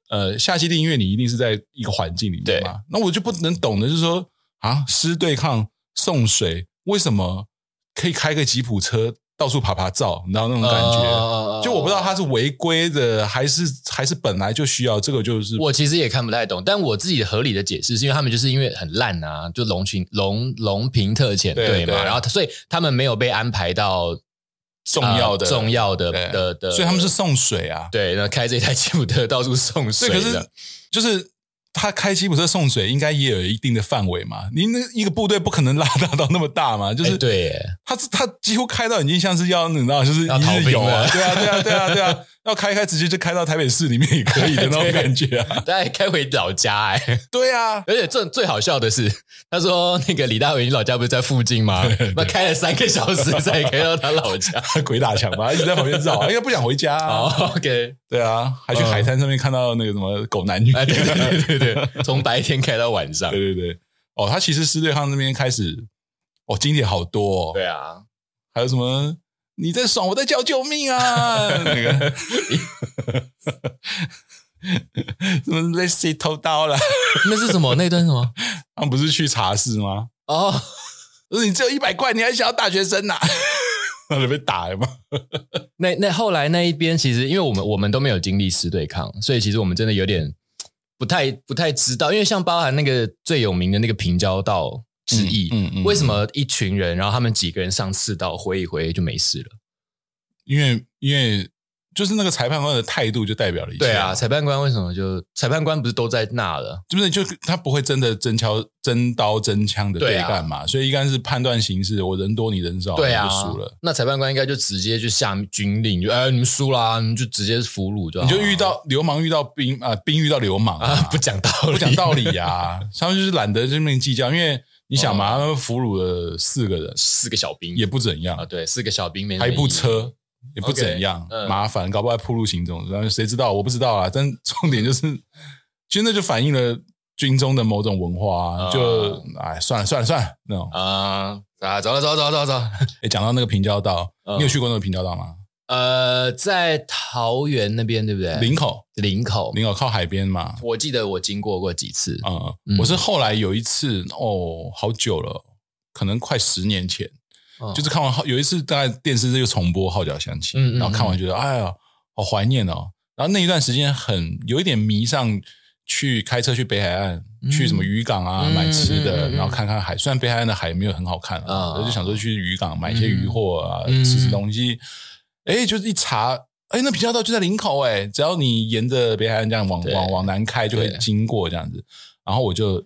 Speaker 2: 呃，夏季订阅你一定是在一个环境里面嘛，那我就不能懂的，就是说啊，师对抗送水，为什么可以开个吉普车到处爬爬照，你知道
Speaker 1: 嗯
Speaker 2: 那种感觉？
Speaker 1: 呃
Speaker 2: 就我不知道他是违规的，还是还是本来就需要这个，就是
Speaker 1: 我其实也看不太懂，但我自己合理的解释是因为他们就是因为很烂啊，就龙群龙龙平特遣队
Speaker 2: 对
Speaker 1: 嘛，
Speaker 2: 对
Speaker 1: 然后所以他们没有被安排到
Speaker 2: 啊重要的
Speaker 1: 呃重要的
Speaker 2: 对
Speaker 1: 的的，
Speaker 2: 所以他们是送水啊。
Speaker 1: 对，那开这台吉普车到处送水
Speaker 2: 对，可
Speaker 1: 的
Speaker 2: 是，就是他开吉普车送水，应该也有一定的范围嘛。您那一个部队不可能拉大到那么大嘛，就
Speaker 1: 哎
Speaker 2: 是、
Speaker 1: 对耶
Speaker 2: 他他几乎开到已经像是要你知道，就是
Speaker 1: 要逃
Speaker 2: 一
Speaker 1: 兵
Speaker 2: 日游啊
Speaker 1: 了，
Speaker 2: 对啊，对啊，对啊，对啊，要开开直接就开到台北市里面也可以的那种
Speaker 1: 对
Speaker 2: 感觉啊，
Speaker 1: 大家开回老家哎、
Speaker 2: 对啊。
Speaker 1: 而且最最好笑的是， 他说那个李大为你老家不是在附近 吗？那开了三个小时才开到他老家。
Speaker 2: 鬼打墙吧，一直在旁 边绕，哎因为不想回家、
Speaker 1: 好
Speaker 2: 啊。
Speaker 1: ，OK，
Speaker 2: 对啊，还去海滩上面看到那个什么狗男女。
Speaker 1: 哎，对对对对对，从白天开到晚上。
Speaker 2: 对对对哦，他其实师对康那边开始，哦，经典好多、哦。
Speaker 1: 对啊，
Speaker 2: 还有什么？你在爽，我在叫救命啊！那个什么 Let's see 偷刀了，
Speaker 1: 那是什么？那段是什么？
Speaker 2: 他们不是去茶室吗？
Speaker 1: 哦，
Speaker 2: 我说你只有一百块，你还想要大学生呐、啊那就被打了嘛。
Speaker 1: 那那后来那一边其实，因为我们我们都没有经历师对抗，所以其实我们真的有点不太不太知道，因为像包含那个最有名的那个平交道之役，
Speaker 2: 嗯嗯嗯
Speaker 1: 为什么一群人，然后他们几个人上刺刀挥一挥就没事了？
Speaker 2: 因为因为就是那个裁判官的态度就代表了一切。
Speaker 1: 对啊，，裁判官为什么就裁判官不是都在那了？
Speaker 2: 就是就他不会真的真敲真刀真枪的
Speaker 1: 对
Speaker 2: 对
Speaker 1: 啊
Speaker 2: 干嘛，所以一般是判断形式，我人多你人少，
Speaker 1: 对
Speaker 2: 我
Speaker 1: 啊
Speaker 2: 就输了。，
Speaker 1: 那裁判官应该就直接就下军令，就哎你们输啦，你们就直接俘虏就好
Speaker 2: 你
Speaker 1: 了
Speaker 2: 就遇到流氓遇到兵啊、兵遇到流 氓
Speaker 1: 啊不讲道理，
Speaker 2: 不讲道理呀、他们就是懒得这边计较，因为你想
Speaker 1: 哦
Speaker 2: 嘛，他们俘虏了四个人，
Speaker 1: 四个小兵
Speaker 2: 也不怎样
Speaker 1: 啊，，对，四个小兵没什么
Speaker 2: 还一部
Speaker 1: 意义
Speaker 2: 车也不怎样
Speaker 1: OK，嗯
Speaker 2: 麻烦，搞不好还暴露行踪，然后谁知道？我不知道啊。但重点就是，其实那就反映了军中的某种文化啊，
Speaker 1: 嗯
Speaker 2: 就哎，算了算了算了那种。
Speaker 1: 啊啊，走了走了走了走了走了。
Speaker 2: 哎，讲到那个平交道，
Speaker 1: 嗯
Speaker 2: 你有去过那个平交道吗？
Speaker 1: 呃，在桃园那边对不对？
Speaker 2: 林口，
Speaker 1: 林口，
Speaker 2: 林口靠海边嘛。
Speaker 1: 我记得我经过过几次。
Speaker 2: 嗯
Speaker 1: 嗯，
Speaker 2: 我是后来有一次哦，好久了，可能快十年前。
Speaker 1: 嗯
Speaker 2: 就是看完后有一次，大概电视就重播《号角响起》
Speaker 1: 嗯嗯
Speaker 2: 然后看完觉得哎呀，好怀念哦。然后那一段时间很有一点迷上去开车去北海岸，
Speaker 1: 嗯
Speaker 2: 去什么渔港啊、
Speaker 1: 嗯
Speaker 2: 买吃的，
Speaker 1: 嗯嗯嗯
Speaker 2: 然后看看海。虽然北海岸的海没有很好看
Speaker 1: 啊
Speaker 2: 啊，我就想说去渔港买一些鱼货啊，
Speaker 1: 嗯
Speaker 2: 吃吃东西。哎，就是一查，哎，那平交道就在林口哎，只要你沿着北海岸这样往
Speaker 1: 对
Speaker 2: 往往南开，就会
Speaker 1: 对
Speaker 2: 经过这样子。然后我就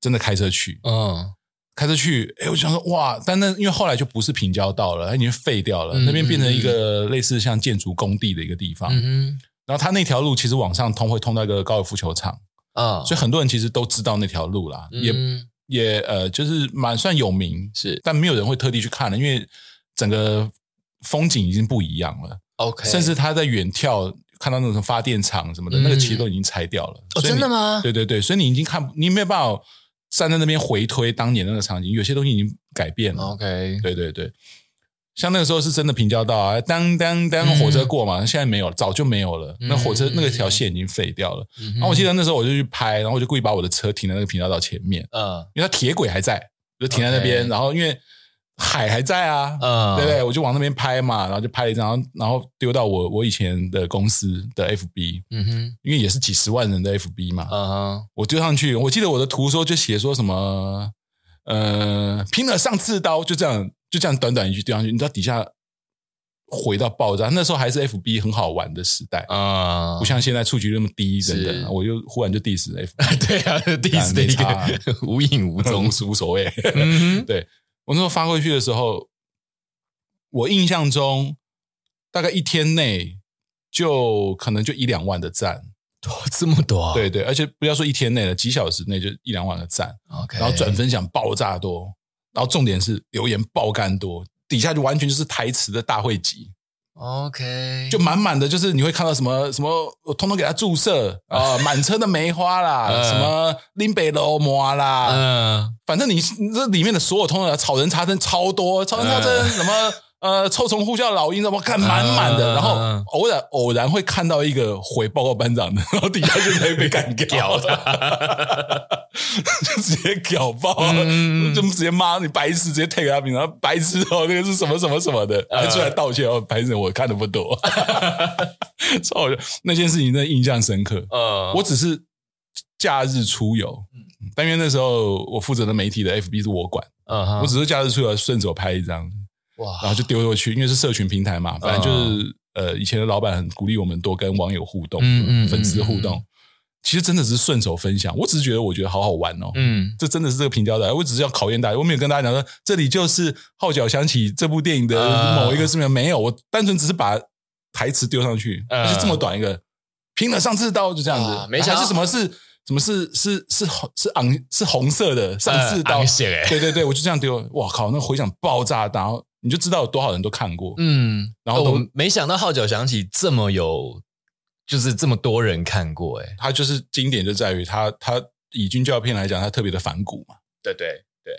Speaker 2: 真的开车去，
Speaker 1: 嗯，
Speaker 2: 开车去，哎，我就想说哇，但那因为后来就不是平交道了，它已经废掉了，
Speaker 1: 嗯
Speaker 2: 那边变成一个类似像建筑工地的一个地方。
Speaker 1: 嗯
Speaker 2: 然后它那条路其实往上通会通到一个高尔夫球场，
Speaker 1: 哼，啊，
Speaker 2: 所以很多人其实都知道那条路啦，也
Speaker 1: 嗯
Speaker 2: 也呃，就是蛮算有名，
Speaker 1: 是
Speaker 2: 但没有人会特地去看了，因为整个风景已经不一样了，
Speaker 1: OK，
Speaker 2: 甚至他在远眺看到那种发电厂什么的，
Speaker 1: 嗯
Speaker 2: 那个其实都已经拆掉了。
Speaker 1: 哦，
Speaker 2: 所以
Speaker 1: 真
Speaker 2: 你
Speaker 1: 的吗？
Speaker 2: 对对对，所以你已经看，你没有办法
Speaker 1: 哦
Speaker 2: 站在那边回推当年那个场景，有些东西已经改变了。
Speaker 1: ，OK，
Speaker 2: 对对对，像那个时候是真的平交道啊，当当当
Speaker 1: 嗯
Speaker 2: 火车过嘛，现在没有，早就没有了。那火车
Speaker 1: 嗯
Speaker 2: 那个条线已经废掉了。
Speaker 1: 嗯
Speaker 2: 啊然后我记得那时候我就去拍，然后我就故意把我的车停在那个平交道前面，
Speaker 1: 嗯
Speaker 2: 因为它铁轨还在，我就停在那边。
Speaker 1: OK
Speaker 2: 然后因为海还在啊，
Speaker 1: 嗯，
Speaker 2: 对不对？我就往那边拍嘛，然后就拍了一张，然后然后丢到我我以前的公司的 FB，
Speaker 1: 嗯哼，
Speaker 2: 因为也是几十万人的 FB 嘛，
Speaker 1: 嗯哼，
Speaker 2: 我丢上去，我记得我的图说就写说什么，呃，拼了上刺刀，就这样，就这样短短一句丢上去，你知道底下回到爆炸。那时候还是 FB 很好玩的时代，
Speaker 1: 啊
Speaker 2: 不像现在触及率那么低等啊
Speaker 1: 是
Speaker 2: 等。我就忽然就 diss FB，
Speaker 1: 对啊，第一次的一
Speaker 2: 啊没
Speaker 1: 个 无影无踪
Speaker 2: 无。所无所谓。
Speaker 1: 嗯哼，
Speaker 2: 对我那时候发过去的时候，我印象中大概一天内就可能就一两万的赞，
Speaker 1: 哇这么多，
Speaker 2: 对对，而且不要说一天内了，几小时内就一两万个赞。
Speaker 1: ，OK，
Speaker 2: 然后转分享爆炸多，然后重点是留言爆干多，底下就完全就是台词的大汇集，
Speaker 1: ，OK，
Speaker 2: 就满满的就是你会看到什么什么，我通通给他注射啊，满车的梅花啦，
Speaker 1: 嗯
Speaker 2: 什么林北的欧摩啦，
Speaker 1: 嗯
Speaker 2: 反正你你这里面的所有通通草人插针超多，草人插针
Speaker 1: 嗯
Speaker 2: 什么。呃，臭虫呼叫老鹰什么看满满
Speaker 1: 嗯
Speaker 2: 的，然后
Speaker 1: 嗯嗯
Speaker 2: 偶然偶然会看到一个回报告班长的，然后底下就直接被干 掉了， 就直接屌爆了。
Speaker 1: 嗯，
Speaker 2: 就直接骂你白痴，直接 take 他名，然后白痴哦，那个是什么什么什么的，
Speaker 1: 嗯
Speaker 2: 还出来道歉哦，白痴，我看的 不多，超好笑。那件事情真的印象深刻。
Speaker 1: 呃
Speaker 2: 我只是假日出游，嗯但因为那时候我负责的媒体的 FB 是我管，
Speaker 1: 嗯哼，
Speaker 2: 我只是假日出游顺手拍一张，然
Speaker 1: 哇
Speaker 2: 后就丢过去，因为是社群平台嘛，反
Speaker 1: 嗯
Speaker 2: 正就是呃，以前的老板很鼓励我们多跟网友互动，
Speaker 1: 嗯嗯嗯
Speaker 2: 粉丝互
Speaker 1: 嗯
Speaker 2: 动。其实真的只是顺手分享，我只是觉得我觉得好好玩哦，
Speaker 1: 嗯，
Speaker 2: 这真的是这个平交的，我只是要考验大家，我没有跟大家讲说这里就是《号角响起》这部电影的
Speaker 1: 呃
Speaker 2: 某一个视频，没有，我单纯只是把台词丢上去，
Speaker 1: 呃
Speaker 2: 而且这么短一个，拼了上次刀就这样
Speaker 1: 哇
Speaker 2: 子，
Speaker 1: 啊没想到
Speaker 2: 还是什么是什么是是是红是昂是红色的上次
Speaker 1: 呃，
Speaker 2: 刀
Speaker 1: 昂血欸
Speaker 2: 对对对，我就这样丢，哇靠，那回响爆炸大，然后你就知道有多少人都看过，
Speaker 1: 嗯，
Speaker 2: 然后都
Speaker 1: 我没想到号角响起这么有，就是这么多人看过，哎，
Speaker 2: 它就是经典就在于它它以军教片来讲，它特别的反骨嘛，
Speaker 1: 对对对，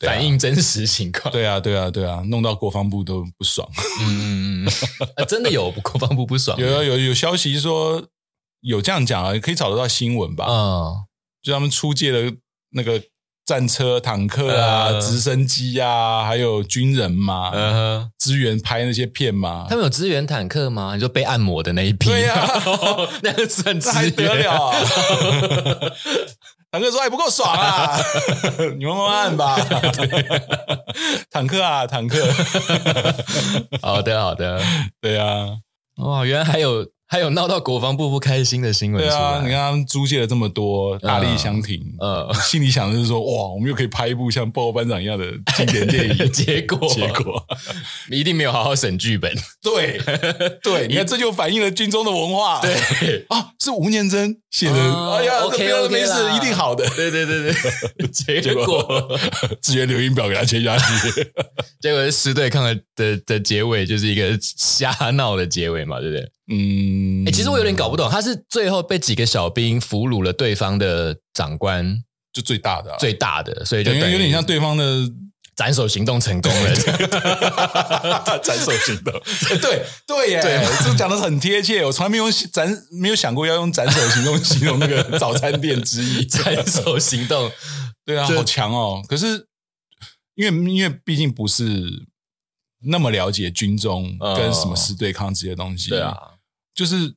Speaker 2: 对啊
Speaker 1: 反映真实情况，
Speaker 2: 对啊对啊对啊，弄到国防部都不爽。
Speaker 1: 嗯，嗯嗯嗯， 啊真的有国防部不爽，
Speaker 2: 有有有有消息说有这样讲啊，可以找得到新闻吧？
Speaker 1: 嗯
Speaker 2: 就他们出借了那个战车、坦克啊、
Speaker 1: 呃
Speaker 2: 直升机啊，还有军人嘛，
Speaker 1: 嗯哼，
Speaker 2: 支援拍那些片嘛
Speaker 1: 他，们有支援坦克吗？你说被按摩的那一批，
Speaker 2: 对 呀
Speaker 1: 那个算哦支
Speaker 2: 这还
Speaker 1: 援
Speaker 2: 得了、啊？ 坦克说还不够爽啊，你们慢慢 按吧。坦克啊，坦克，
Speaker 1: 好的，好的。
Speaker 2: 对 啊，
Speaker 1: 哇，原来还有还有闹到国防部不开心的新闻
Speaker 2: 对
Speaker 1: 出来。
Speaker 2: 啊，你看他们租借了这么多，大力相挺，
Speaker 1: 呃，
Speaker 2: 心里想的是说，哇，我们又可以拍一部像《报告班长》一样的经典电影。
Speaker 1: 结果
Speaker 2: 结果，
Speaker 1: 一定没有好好审剧本。
Speaker 2: 对对，你看这就反映了军中的文化。对
Speaker 1: 对
Speaker 2: 啊，是吴念真写的。
Speaker 1: 哦
Speaker 2: 哎呀，
Speaker 1: OK，
Speaker 2: 没有
Speaker 1: OK
Speaker 2: 没事
Speaker 1: 啦，
Speaker 2: 一定好的。
Speaker 1: 对对对 对，结
Speaker 2: 结
Speaker 1: 果
Speaker 2: 果志愿留音表给他签下去。
Speaker 1: 结果是师对抗的的的结尾就是一个瞎闹的结尾嘛，对不对？
Speaker 2: 嗯
Speaker 1: 哎、其实我有点搞不懂，他是最后被几个小兵俘虏了对方的长官
Speaker 2: 就最大的啊，
Speaker 1: 最大的，所以就
Speaker 2: 等于
Speaker 1: 等于
Speaker 2: 有点像对方的
Speaker 1: 斩首行动成功 了。
Speaker 2: 斩首行动。哎对对 耶，
Speaker 1: 对
Speaker 2: 这讲的很贴切。我从来没有用斩，没有想过要用斩首行动形容那个早餐店 之 一。
Speaker 1: 斩首行动，
Speaker 2: 对啊，
Speaker 1: 这
Speaker 2: 好强哦！可是因为因为毕竟不是那么了解军中
Speaker 1: 嗯
Speaker 2: 跟什么师对抗这些东西，
Speaker 1: 对，啊，
Speaker 2: 就是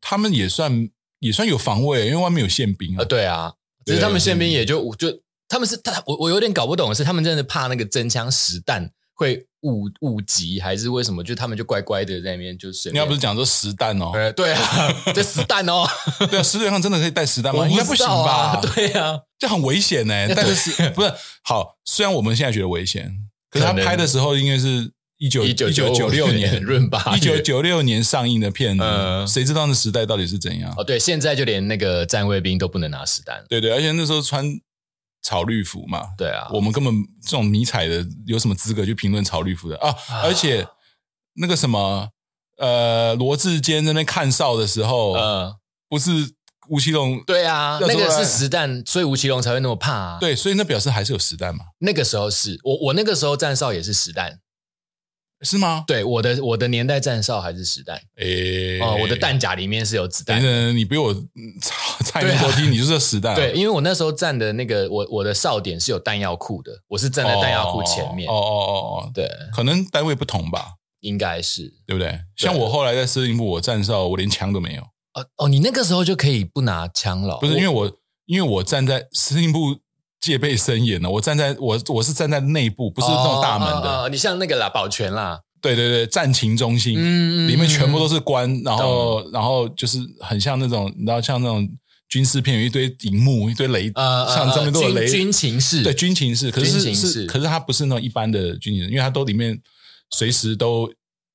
Speaker 2: 他们也算也算有防卫，因为外面有宪兵
Speaker 1: 啊
Speaker 2: 啊，
Speaker 1: 对啊，只是他们宪兵也就就他们是他我我有点搞不懂的是，他们真的怕那个真枪实弹会误误击，还是为什么？就他们就乖乖的在那边就随
Speaker 2: 你
Speaker 1: 便。
Speaker 2: 要不是讲说实弹哦，
Speaker 1: 呃对啊，这实弹哦，
Speaker 2: 对啊，师对抗真的可以带实弹
Speaker 1: 我
Speaker 2: 吗？应该
Speaker 1: 不
Speaker 2: 不
Speaker 1: 知
Speaker 2: 行
Speaker 1: 道啊
Speaker 2: 吧？
Speaker 1: 对啊，
Speaker 2: 这很危险 呢。但是不是好？虽然我们现在觉得危险，可是他
Speaker 1: 可能
Speaker 2: 拍的时候应该是一九九九六
Speaker 1: 1995
Speaker 2: 年
Speaker 1: 闰八
Speaker 2: 一
Speaker 1: 月
Speaker 2: 九九六年上映的片子
Speaker 1: 嗯，
Speaker 2: 谁知道那时代到底是怎样？
Speaker 1: 哦，对，现在就连那个站卫兵都不能拿实弹了。
Speaker 2: 对对，而且那时候穿草绿服嘛，
Speaker 1: 对啊，
Speaker 2: 我们根本这种迷彩的有什么资格去评论草绿服的啊？
Speaker 1: 啊
Speaker 2: 而且那个什么呃，罗志坚在那边看哨的时候，
Speaker 1: 呃，
Speaker 2: 不是吴奇隆
Speaker 1: 对啊，那
Speaker 2: 要
Speaker 1: 个
Speaker 2: 出来
Speaker 1: 是实弹，所以吴奇隆才会那么怕啊。，
Speaker 2: 对，所以那表示还是有实弹嘛。
Speaker 1: 那个时候是我我那个时候站哨也是实弹，
Speaker 2: 是吗？
Speaker 1: 对，我的我的年代站哨还是实弹
Speaker 2: 诶、
Speaker 1: 哦，我的弹夹里面是有子
Speaker 2: 等
Speaker 1: 弹。
Speaker 2: 等，你比我嗯差差那
Speaker 1: 对啊
Speaker 2: 么多滴，你就是实弹、啊。
Speaker 1: 对，因为我那时候站的那个我我的哨点是有弹药库的，我是站在弹药库前面。
Speaker 2: 哦哦哦哦
Speaker 1: 对，
Speaker 2: 哦，可能单位不同吧，
Speaker 1: 应该是。
Speaker 2: 对不对？像我后来在司令部，我站哨，我连枪都没有，
Speaker 1: 哦哦，你那个时候就可以不拿枪了？
Speaker 2: 不是因为
Speaker 1: 我
Speaker 2: 我因为我站在司令部戒备森严的，我站在我我是站在内部，不是那种大门的，
Speaker 1: 哦哦哦你像那个啦，保全啦，
Speaker 2: 对对对，战情中心、
Speaker 1: 嗯
Speaker 2: 里面全部都
Speaker 1: 是
Speaker 2: 是官，然后然后就是很像那种，你知道像那种军事片有一堆荧幕，一堆雷，
Speaker 1: 呃呃
Speaker 2: 像上面都有
Speaker 1: 军
Speaker 2: 雷，
Speaker 1: 军情室
Speaker 2: 对军情室，可
Speaker 1: 军
Speaker 2: 是
Speaker 1: 情室
Speaker 2: 是可是它不是那种一般的军情室，因为它都里面随时都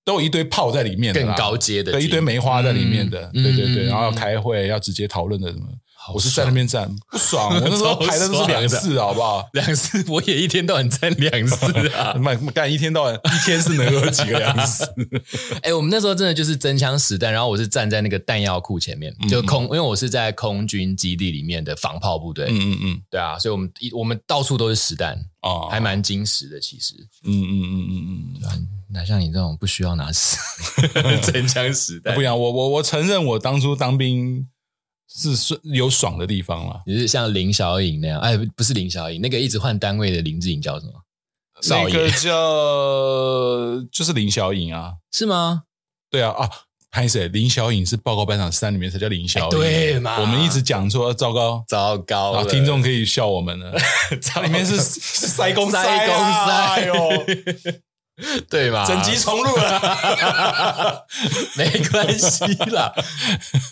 Speaker 2: 都有一堆炮在里面的啦，
Speaker 1: 更高阶的军，
Speaker 2: 对一堆梅花在里面的，
Speaker 1: 嗯
Speaker 2: 对对对，
Speaker 1: 嗯
Speaker 2: 然后要开会要直接讨论的什么，
Speaker 1: 好爽。
Speaker 2: 我是在那边站不爽，我那时候
Speaker 1: 超爽的
Speaker 2: 排的都是两次，好不好？
Speaker 1: 两次，我也一天到晚站两次 啊。
Speaker 2: 妈干一天到晚，一天是能有几个 粮食？
Speaker 1: 哎、我们那时候真的就是真枪实弹，然后我是站在那个弹药库前面，
Speaker 2: 嗯
Speaker 1: 就空，因为我是在空军基地里面的防炮部队，
Speaker 2: 嗯嗯嗯，
Speaker 1: 对啊，所以我们一我们到处都是实弹，
Speaker 2: 哦，
Speaker 1: 还蛮矜持的，其实。
Speaker 2: 嗯嗯嗯嗯嗯。
Speaker 1: 哪像你这种不需要拿 实真枪实弹
Speaker 2: 不一，样，我我我承认我当初当兵是是有爽的地方了。
Speaker 1: 你是像林小颖那样，哎，不是林小颖，那个一直换单位的林志颖叫什么？少
Speaker 2: 那
Speaker 1: 爷
Speaker 2: 个叫 就是林小颖啊，
Speaker 1: 是吗？
Speaker 2: 对啊啊，拍谁？林小颖是报告班长三里面才叫林小颖，
Speaker 1: 哎对嘛
Speaker 2: 我们一直讲说糟糕，
Speaker 1: 糟糕了，
Speaker 2: 然后听 众可以笑我们了，
Speaker 1: 糟
Speaker 2: 它
Speaker 1: 糕
Speaker 2: 里面是是塞公塞
Speaker 1: 塞公塞
Speaker 2: 啊，哎呦，
Speaker 1: 对吧？
Speaker 2: 整 集重录了。
Speaker 1: 没关系啦，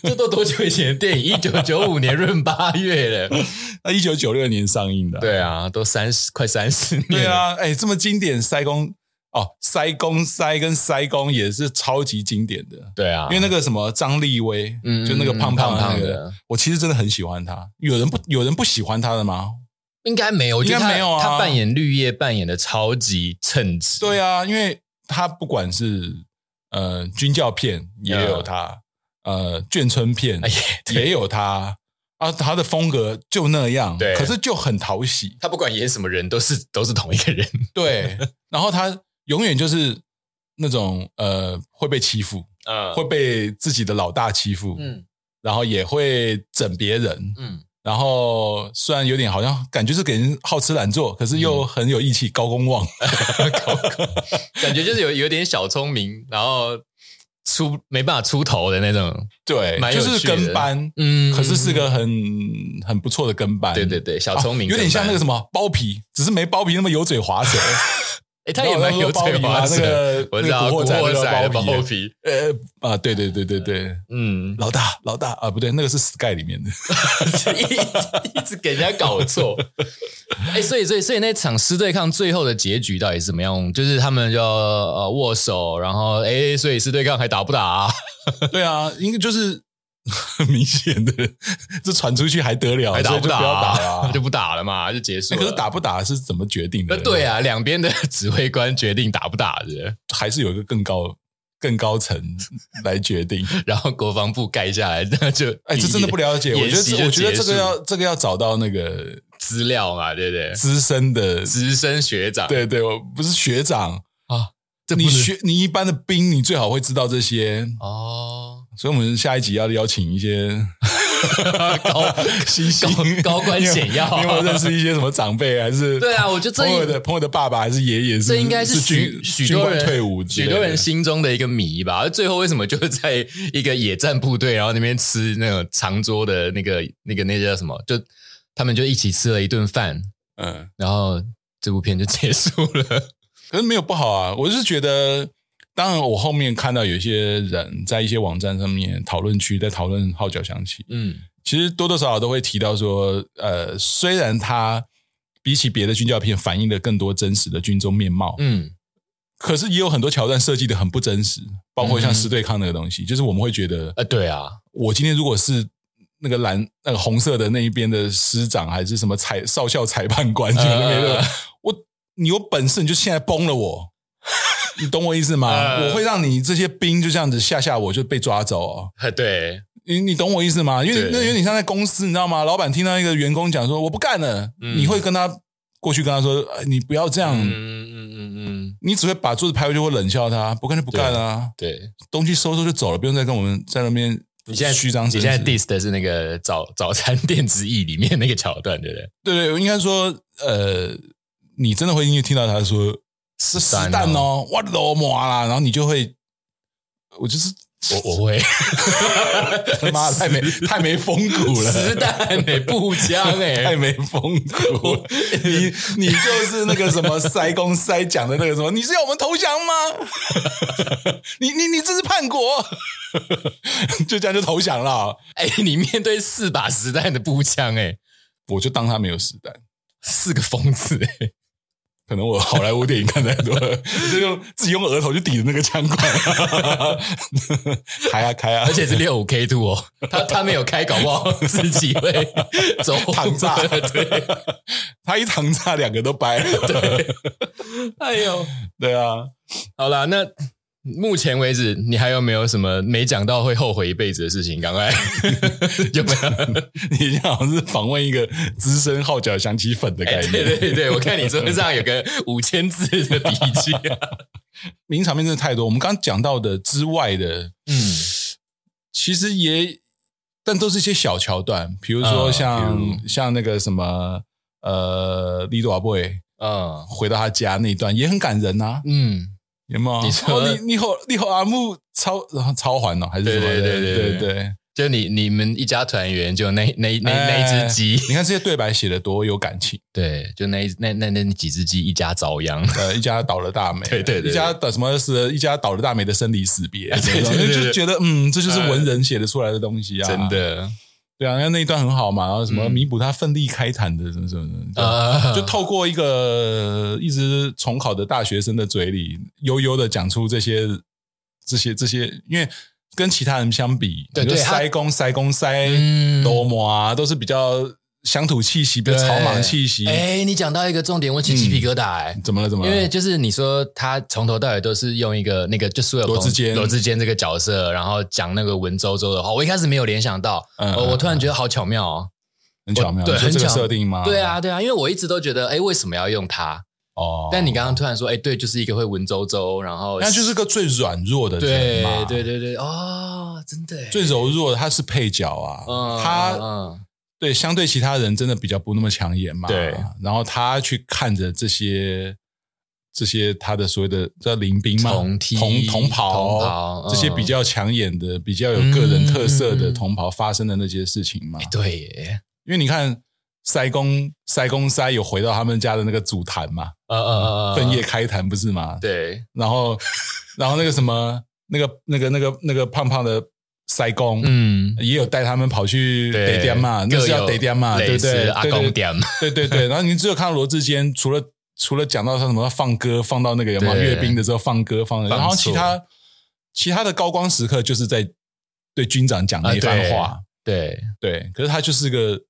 Speaker 1: 这都多久以前的电影？一九九五年闰八月 了。
Speaker 2: 那一九九六年上映的，
Speaker 1: 对啊，都三十快三十年了。
Speaker 2: 对啊，哎，这么经典塞公哦，塞公塞跟塞公也是超级经典的。
Speaker 1: 对啊，
Speaker 2: 因为那个什么张立威，
Speaker 1: 嗯
Speaker 2: 就那个胖胖
Speaker 1: 嗯胖
Speaker 2: 那
Speaker 1: 胖
Speaker 2: 个，
Speaker 1: 的
Speaker 2: 我其实真的很喜欢他。有人不有人不喜欢他的吗？
Speaker 1: 应该没有，我觉得
Speaker 2: 应该
Speaker 1: 他
Speaker 2: 没有啊
Speaker 1: 他扮演绿叶扮演的超级称职。
Speaker 2: 对啊，因为他不管是呃军教片也有他，呃眷村片
Speaker 1: 哎，对
Speaker 2: 也有他啊，他的风格就那样，
Speaker 1: 对
Speaker 2: 可是就很讨喜，
Speaker 1: 他不管演什么人，都是都是同一个人。
Speaker 2: 对。然后他永远就是那种呃会被欺负，
Speaker 1: 呃
Speaker 2: 会被自己的老大欺负，
Speaker 1: 嗯
Speaker 2: 然后也会整别人，
Speaker 1: 嗯，
Speaker 2: 然后虽然有点好像感觉是给人好吃懒做，可是
Speaker 1: 嗯
Speaker 2: 又很有义气、高公 望。
Speaker 1: 感觉就是有有点小聪明，然后出没办法出头的那种。
Speaker 2: 对
Speaker 1: 蛮有
Speaker 2: 就
Speaker 1: 趣的
Speaker 2: 是跟班，
Speaker 1: 嗯
Speaker 2: 可是是个很很不错的跟班。
Speaker 1: 对对对，小聪明、
Speaker 2: 啊有点像那个什。么包皮，只是没包皮那么油嘴滑舌。
Speaker 1: 哎， 他也蛮有
Speaker 2: 包皮
Speaker 1: 嘴
Speaker 2: 嘛
Speaker 1: 滑
Speaker 2: 那
Speaker 1: 舌。
Speaker 2: 个
Speaker 1: 我知道
Speaker 2: 那个古惑仔
Speaker 1: 古
Speaker 2: 那
Speaker 1: 的
Speaker 2: 个
Speaker 1: 包
Speaker 2: 包皮。啊
Speaker 1: 皮，
Speaker 2: 呃啊，对对对对对，
Speaker 1: 嗯，
Speaker 2: 老大老大啊，不对，那个是 Sky 里面的。
Speaker 1: 一一直给人家搞错。 哎、所以所以所以那场师对抗最后的结局到底是怎么样？就是他们就呃握手，然后哎、所以师对抗还打不打、啊？
Speaker 2: 对啊，应该就是很明显的， 这传出去还得了？
Speaker 1: 还打
Speaker 2: 哦所以
Speaker 1: 不
Speaker 2: 就
Speaker 1: 打、
Speaker 2: 不要打
Speaker 1: 啊？
Speaker 2: 了
Speaker 1: 就。不打了嘛，就结束
Speaker 2: 哎
Speaker 1: 了。
Speaker 2: 可是打不打是怎么决定
Speaker 1: 呃
Speaker 2: 的？
Speaker 1: 对啊，两边的 指挥官决定打不打的，
Speaker 2: 还是有一个更高、更高层来决定。
Speaker 1: 然后国防部盖下来，那就
Speaker 2: 哎，这真的不了解。我
Speaker 1: 演
Speaker 2: 觉得
Speaker 1: 习
Speaker 2: 这，
Speaker 1: 就
Speaker 2: 我觉得
Speaker 1: 结
Speaker 2: 这个
Speaker 1: 束
Speaker 2: 要这个要找到那个
Speaker 1: 资料嘛，对不对？
Speaker 2: 资 深的，
Speaker 1: 资深学长
Speaker 2: 对对，我不是学长。
Speaker 1: 啊，这
Speaker 2: 你
Speaker 1: 不能
Speaker 2: 学你一般的兵，你最好会知道这些。
Speaker 1: 哦，
Speaker 2: 所以，我们下一集要邀请一些
Speaker 1: 高
Speaker 2: 新星
Speaker 1: 高高官显要
Speaker 2: 你有没有你有没有认识一些什么长辈，还是
Speaker 1: 对啊，我觉得这
Speaker 2: 朋友
Speaker 1: 一
Speaker 2: 的朋友的爸爸还是爷爷？是
Speaker 1: 这应该
Speaker 2: 嗯是
Speaker 1: 许
Speaker 2: 军
Speaker 1: 许
Speaker 2: 军
Speaker 1: 多
Speaker 2: 官
Speaker 1: 人
Speaker 2: 退伍之类
Speaker 1: 许
Speaker 2: 的，
Speaker 1: 多人心中的一个谜吧。而最后为什么就是在一个野战部队，然后那边吃那种长桌的那个那个那叫什么？就他们就一起吃了一顿饭，
Speaker 2: 嗯，
Speaker 1: 然后这部片就结束了。
Speaker 2: 可是没有不好啊，我是觉得，当然我后面看到有一些人在一些网站上面讨论区在讨论号角响起，
Speaker 1: 嗯，
Speaker 2: 其实多多少少都会提到说，呃，虽然它比起别的军教片反映了更多真实的军中面貌，
Speaker 1: 嗯
Speaker 2: 可是也有很多桥段设计的很不真实，包括像
Speaker 1: 嗯
Speaker 2: 师对抗那个东西，就是我们会觉得，
Speaker 1: 啊，对啊，
Speaker 2: 我今天如果是。那个蓝、那个红色的那一边的师长，还是什么裁少校裁判官，就那边的
Speaker 1: 呃
Speaker 2: 我你有本事你就现在崩了我，你懂我意思吗？
Speaker 1: 呃
Speaker 2: 我会让你这些兵就这样子吓吓我就被抓走、哦，
Speaker 1: 啊对，
Speaker 2: 你你懂我意思吗？因为
Speaker 1: 对
Speaker 2: 那有点像在公司，你知道吗？老板听到一个员工讲说我不干了，
Speaker 1: 嗯
Speaker 2: 哎你会跟他过去跟他说，呃你不要这样，
Speaker 1: 嗯嗯嗯嗯嗯，嗯，
Speaker 2: 你只会把桌子拍回去或冷笑他，不干就不干啊，
Speaker 1: 对。
Speaker 2: 东西收收就走了，不用再跟我们在那边
Speaker 1: 你现在
Speaker 2: 虚张
Speaker 1: 你
Speaker 2: 声势。
Speaker 1: 现在 diss 的是那个早早餐店之翼里面那个桥段，对不对？
Speaker 2: 对对，应该说，呃，你真的会因为听到他说是实
Speaker 1: 蛋哦
Speaker 2: 弹哦，我罗马啦，然后你就会，我就是
Speaker 1: 我 我会，
Speaker 2: 他妈的太没太没风骨了，
Speaker 1: 实弹美步枪哎、
Speaker 2: 太没风骨了，你你就是那个什么塞公塞讲的那个什么，你是要我们投降吗？ 你你你这是叛国， 就这样就投降了，啊
Speaker 1: 哎、你面对四把实弹的步枪哎、
Speaker 2: 我就当他没有实弹。
Speaker 1: 四个疯子、 哎
Speaker 2: 可能我好莱坞电影看太多 了，就用自己用额头去抵着那个枪管， 开啊开啊，
Speaker 1: 而且是六五 K two 哦，他他没有开，搞不 好自己会走火
Speaker 2: 躺 炸
Speaker 1: 对，
Speaker 2: 他一躺炸两个都掰了， 对
Speaker 1: 哎呦，
Speaker 2: 对啊，
Speaker 1: 好啦，那目前为止你还有没有什么没讲到会后悔一辈子的事情？赶快 有没有？
Speaker 2: 你好像是访问一个资深号角响起粉的概
Speaker 1: 哎
Speaker 2: 念，
Speaker 1: 对对对对，我看你桌上有个五千字的笔记、
Speaker 2: 名场面真的太多。我们刚刚讲到的之外的，
Speaker 1: 嗯，
Speaker 2: 其实也，但都是一些小桥段，啊比如说
Speaker 1: 嗯
Speaker 2: 像、
Speaker 1: 比
Speaker 2: 像那个什么呃，利多瓦布韦
Speaker 1: 嗯
Speaker 2: 回到他家那一段也很感人呐、啊，
Speaker 1: 嗯，
Speaker 2: 有没有？
Speaker 1: 你说
Speaker 2: 哦、你你后你后阿木超 超环哦，还是什么
Speaker 1: 对
Speaker 2: 的？
Speaker 1: 对对对
Speaker 2: 对对
Speaker 1: 就你你们一家团圆，就那那那那
Speaker 2: 哎
Speaker 1: 一只鸡，
Speaker 2: 你看这些对白写的多有感情，
Speaker 1: 对，就那一那那那几只鸡一家遭殃。
Speaker 2: 呃，一家倒了大 霉，
Speaker 1: 对对对对哎
Speaker 2: 一家倒什么是呃一家倒了大霉的生 离死别，
Speaker 1: 对对对对
Speaker 2: 就觉得嗯，这就是文人写的出来的东西啊，
Speaker 1: 真 的，
Speaker 2: 对啊，那那一段很好嘛，然后什么
Speaker 1: 嗯
Speaker 2: 弥补他奋力开坛的什么什么的，
Speaker 1: 呃，
Speaker 2: 就就透过一个呃一直重考的大学生的嘴里，悠悠的讲出这些这些这些，因为跟其他人相比，
Speaker 1: 对
Speaker 2: 你就
Speaker 1: 对他
Speaker 2: 塞公塞公塞
Speaker 1: 嗯
Speaker 2: 多么啊，都是比较乡土气息，比较
Speaker 1: 对
Speaker 2: 草莽气息。嗯
Speaker 1: 哎，你讲到一个重点，我起鸡皮疙瘩哎。
Speaker 2: 怎么了？怎么
Speaker 1: 因
Speaker 2: 了？
Speaker 1: 为就是你说他从头到尾都是用一个那个就苏有朋
Speaker 2: 罗志坚
Speaker 1: 罗志坚这个角色，然后讲那个文绉绉的话，我一开始没有联想到，
Speaker 2: 嗯
Speaker 1: 哦，我突然觉得好巧妙哦。
Speaker 2: 很巧妙，
Speaker 1: 对
Speaker 2: 你说
Speaker 1: 很
Speaker 2: 这个
Speaker 1: 巧
Speaker 2: 设定吗？
Speaker 1: 对，啊，对啊，因为我一直都觉得，哎，为什么要用他？
Speaker 2: 哦，
Speaker 1: 但你刚刚突然说，哎，对，就是一个会文绉绉，然后
Speaker 2: 那就是个最软弱的人
Speaker 1: 对
Speaker 2: 嘛，
Speaker 1: 对对对，哦，真的耶，
Speaker 2: 最柔弱的他是配角啊，
Speaker 1: 嗯
Speaker 2: 他
Speaker 1: 嗯
Speaker 2: 对，相对其他人真的比较不那么抢眼嘛。
Speaker 1: 对，
Speaker 2: 然后他去看着这些这些他的所谓的叫林兵嘛，
Speaker 1: 嗯同梯
Speaker 2: 同同袍
Speaker 1: 同袍嗯嗯
Speaker 2: 这些比较抢眼的、比较有个人特色的同袍发生的那些事情嘛。
Speaker 1: 哎对耶，
Speaker 2: 因为你看塞公塞公塞有回到他们家的那个祖坛嘛，
Speaker 1: 呃呃呃，呃
Speaker 2: 分叶开坛不是吗？
Speaker 1: 对，
Speaker 2: 然后然后那个什么那个那个那个那个胖胖的塞公，
Speaker 1: 嗯，
Speaker 2: 也有带他们跑去
Speaker 1: 对
Speaker 2: 得点嘛，那
Speaker 1: 各
Speaker 2: 是要
Speaker 1: 有
Speaker 2: 得点嘛，
Speaker 1: 类
Speaker 2: 对不
Speaker 1: 似
Speaker 2: 对？
Speaker 1: 阿
Speaker 2: 对
Speaker 1: 公
Speaker 2: 对
Speaker 1: 点
Speaker 2: 对对对。然后你只有看到罗志坚，除了除了讲到他什么放歌，放到那个有没有
Speaker 1: 对
Speaker 2: 阅兵的时候放歌放的，
Speaker 1: 放
Speaker 2: 然后
Speaker 1: 错
Speaker 2: 其他其他的高光时刻就是在对军长讲那一番话，
Speaker 1: 啊对，
Speaker 2: 对。可是他就是个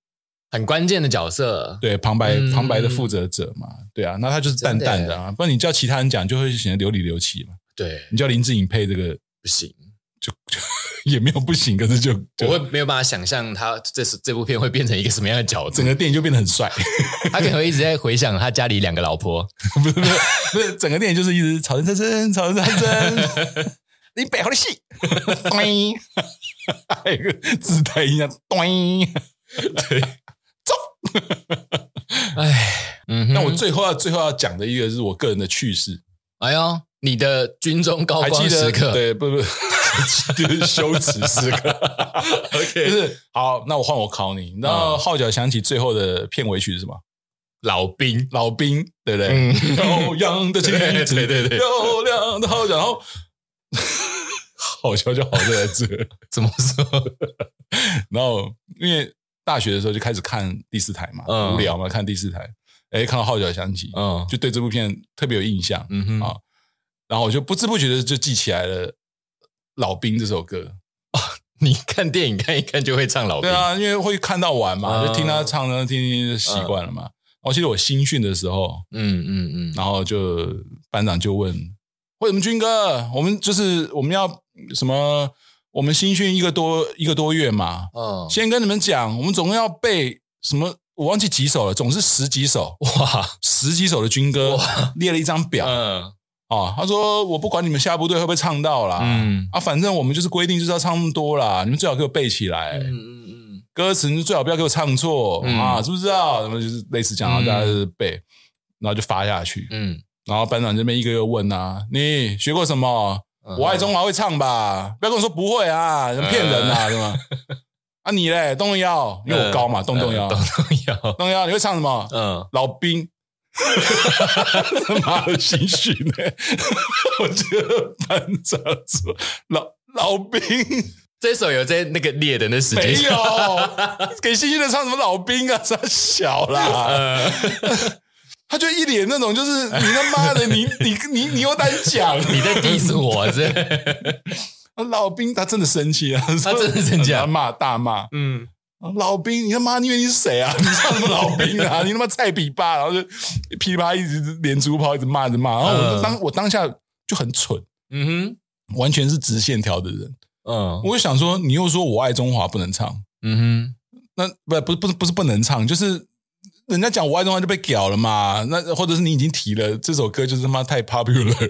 Speaker 1: 很关键的角色，
Speaker 2: 对旁白
Speaker 1: 嗯
Speaker 2: 旁白的负责者嘛，对啊。那他就是淡淡的啊，不然你叫其他人讲就会显得流里流气嘛。
Speaker 1: 对，
Speaker 2: 你叫林志颖配这个
Speaker 1: 不行，
Speaker 2: 也没有不行，可是就
Speaker 1: 我
Speaker 2: 就
Speaker 1: 会没有办法想象他这是这部片会变成一个什么样的角色
Speaker 2: 整。个电影就变得很帅。
Speaker 1: 他可能会一直在回想他家里两个老 婆，
Speaker 2: 不是不是不是，整个电影就是一直吵争争吵争争， 你背好的戏，咚，还有一个自带音量，咚，对。
Speaker 1: 哎，嗯哼，
Speaker 2: 那我最后要最后要讲的一个是我个人的趣事，
Speaker 1: 哎呦，你的军中高
Speaker 2: 还记
Speaker 1: 哦光
Speaker 2: 得
Speaker 1: 时 刻
Speaker 2: 对不不，就是羞耻时 刻。就
Speaker 1: ，OK，
Speaker 2: 是好，那我换我考你。那
Speaker 1: 嗯
Speaker 2: 号角响起，最后的片尾曲是什么？
Speaker 1: 老 兵，
Speaker 2: 老兵，对不对？
Speaker 1: 嗯，
Speaker 2: 悠扬的旗
Speaker 1: 对
Speaker 2: 帜，
Speaker 1: 对对对
Speaker 2: 漂亮的号角，然后 好笑就好在这，
Speaker 1: 怎么 说？
Speaker 2: 然后因为大学的时候就开始看第四台嘛，
Speaker 1: 嗯
Speaker 2: 无聊嘛，看第四台，哎，看到号角响起，
Speaker 1: 嗯
Speaker 2: 就对这部片特别有印象，
Speaker 1: 嗯哼，
Speaker 2: 啊然后我就不知不觉的就记起来了《老兵》这首歌。
Speaker 1: 你看电影看一看就会唱老兵，
Speaker 2: 对啊，因为会看到晚嘛，
Speaker 1: 嗯
Speaker 2: 就听他唱，然后听听就习惯了嘛。然后记得我新训的时候，
Speaker 1: 嗯嗯嗯，
Speaker 2: 然后就班长就问：“为什么军哥，我们就是我们要什么？我们新训一个多一个多月嘛，
Speaker 1: 嗯，
Speaker 2: 先跟你们讲，我们总共要背什么？我忘记几首了，总是十几 首，
Speaker 1: 哇，
Speaker 2: 十几首的军歌
Speaker 1: 哇，
Speaker 2: 列了一张表。
Speaker 1: 嗯
Speaker 2: 啊，他说我不管你们下部队会不会唱到啦，
Speaker 1: 嗯
Speaker 2: 啊，反正我们就是规定就是要唱那么多啦，你们最好给我背起来，
Speaker 1: 嗯嗯嗯，
Speaker 2: 歌词你最好不要给我唱错、
Speaker 1: 嗯
Speaker 2: 啊，知不知道？然后就是类似这样，然后大家就是背，然后就发下去，
Speaker 1: 嗯，
Speaker 2: 然后班长这边一个个问啊，你学过什么？
Speaker 1: 嗯
Speaker 2: 我爱中华会唱吧？不要跟我说不会啊，骗人
Speaker 1: 呃
Speaker 2: 啊，对吗？啊，你嘞，动动腰，因为我高
Speaker 1: 呃
Speaker 2: 嘛，动动腰，
Speaker 1: 动
Speaker 2: 动
Speaker 1: 动摇，
Speaker 2: 动腰，你会唱什么？
Speaker 1: 嗯，
Speaker 2: 老兵，他妈的心虚呢！我觉得班长说老老兵
Speaker 1: 这首有在那个列的那时间
Speaker 2: 没，有，给新训的唱什么老兵啊？他小啦，
Speaker 1: 呃，
Speaker 2: 他就一脸那种就是你他妈的你你你你又在讲
Speaker 1: 你在 diss 我这，
Speaker 2: 啊老兵，他真的生气啊！
Speaker 1: 他真的生气啊
Speaker 2: 他骂大骂。
Speaker 1: 嗯，
Speaker 2: 老兵，你他妈，你以为你是谁啊？你 唱什么老兵啊？你他妈菜比吧！然后就噼里啪啦一直连珠炮，一直骂，一直骂。然后我就当、我当下就很蠢，
Speaker 1: 嗯
Speaker 2: 完全是直线条的人。
Speaker 1: 哼，嗯，
Speaker 2: 我就想说，你又说我爱中华不能唱，
Speaker 1: 嗯
Speaker 2: 那不不不是不是不能唱，就是人家讲我爱中华就被屌了嘛。那或者是你已经提了这首歌，就是他妈太 popular 了，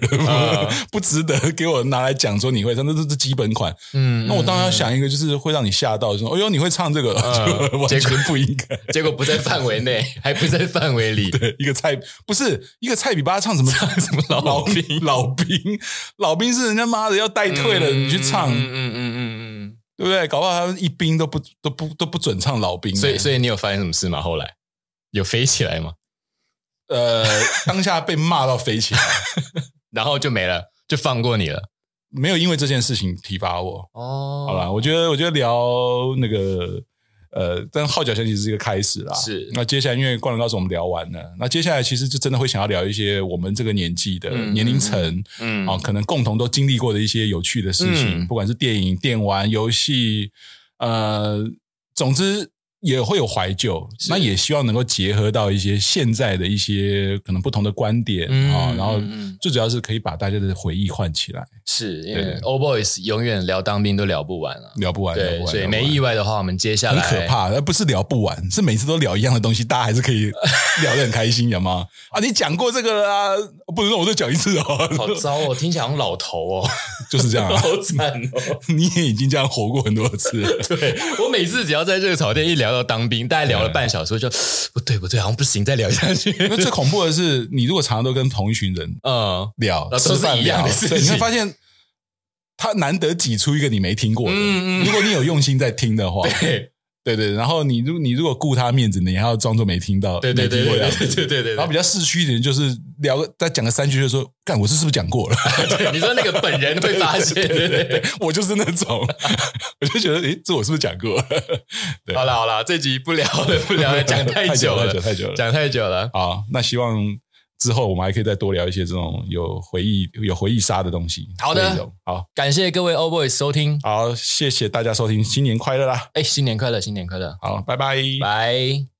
Speaker 1: 嗯
Speaker 2: 不值得给我拿来讲说你会唱，那都是基本款。
Speaker 1: 哼，嗯，
Speaker 2: 那我当然要
Speaker 1: 嗯，
Speaker 2: 想一个，就是会让你吓到，说：“哎呦，你会唱这个？”
Speaker 1: 嗯
Speaker 2: 就完全
Speaker 1: 结果
Speaker 2: 不应该。
Speaker 1: 结果不在范围内， 还不在范围里，
Speaker 2: 一个菜不是一个菜比巴唱什么唱
Speaker 1: 什么老
Speaker 2: 老兵老兵老兵是人家妈的要带退了，
Speaker 1: 嗯
Speaker 2: 你去唱
Speaker 1: 嗯嗯嗯嗯
Speaker 2: 对不对？搞不好他们一兵都不都不都不准唱老兵、
Speaker 1: 嗯，所以
Speaker 2: 欸
Speaker 1: 所以你有发生什么事吗？后来有飞起来吗？
Speaker 2: 呃，当下被骂到飞起来，
Speaker 1: 然后就没了，就放过你了。
Speaker 2: 没有因为这件事情体罚我。
Speaker 1: 哦
Speaker 2: 好啦，，我觉得我觉得聊那个呃，但号角响起是一个开始啦。
Speaker 1: 是
Speaker 2: 那接下来因为《灌篮高手》我们聊完了，那接下来其实就真的会想要聊一些我们这个年纪的
Speaker 1: 嗯
Speaker 2: 年龄层。
Speaker 1: 嗯
Speaker 2: 啊，可能共同都经历过的一些有趣的事情，
Speaker 1: 嗯
Speaker 2: 不管是电影、电玩、游戏，呃，总之也会有怀旧。
Speaker 1: 是
Speaker 2: 那也希望能够结合到一些现在的一些可能不同的观点
Speaker 1: 嗯
Speaker 2: 啊，然后
Speaker 1: 嗯嗯
Speaker 2: 最主要是可以把大家的回忆唤起来，
Speaker 1: 是因为
Speaker 2: 对
Speaker 1: O Boys 永远聊当兵都聊不完啊。
Speaker 2: 聊不完，聊
Speaker 1: 对
Speaker 2: 不，完
Speaker 1: 所以
Speaker 2: 聊不完
Speaker 1: 没意外的话，我们接下
Speaker 2: 很
Speaker 1: 来
Speaker 2: 可。怕，而不是聊不完，是每次都聊一样的东西，大家还是 可以聊得很开心，有吗？啊，你讲过这个啦，不能让我再讲一次哦，
Speaker 1: 好糟哦，听起来好像老头哦，
Speaker 2: 就是这样、啊，
Speaker 1: 好惨 哦。
Speaker 2: 你也已经这样活过很多次了。
Speaker 1: 对我每次只要在热炒店一聊到当兵，大概聊了半小时，我就不对不对，好像不行，再聊下去。
Speaker 2: 因为最恐怖的是，你如果常常都跟同一群人
Speaker 1: 嗯，
Speaker 2: 聊，
Speaker 1: 那都
Speaker 2: 吃
Speaker 1: 是
Speaker 2: 饭
Speaker 1: 一样的
Speaker 2: 聊
Speaker 1: 事
Speaker 2: 对你会
Speaker 1: 情
Speaker 2: 发现他难得挤出一个你没听过的。
Speaker 1: 嗯嗯
Speaker 2: 如果你有用心在听的话，
Speaker 1: 对
Speaker 2: 对对。然后你如你如果顾他面子，你还要装作没听到，
Speaker 1: 对对对
Speaker 2: 没听过
Speaker 1: 对
Speaker 2: 的样
Speaker 1: 对
Speaker 2: 子
Speaker 1: 对对对对。
Speaker 2: 然后比较市区的人就是聊个再讲个三句，就说干我是是不是讲过了？
Speaker 1: 对，你说那个本 人会发现，对对对。
Speaker 2: 我就是那种， 我就觉得诶，这我是不是讲过了？对
Speaker 1: 好啦好啦，这集不聊了，不聊了，啊讲 太久
Speaker 2: 太久
Speaker 1: 了，
Speaker 2: 太久了。
Speaker 1: 讲太久了。
Speaker 2: 好，那希望之后我们还可以再多聊一些这种有回忆、有回忆杀的东西。
Speaker 1: 好的
Speaker 2: 内容，好，
Speaker 1: 感谢各位 O Boys 收听，
Speaker 2: 好，谢谢大家收听，新年快乐啦！
Speaker 1: 哎，新年快乐，新年快乐，
Speaker 2: 好，拜拜，
Speaker 1: 拜。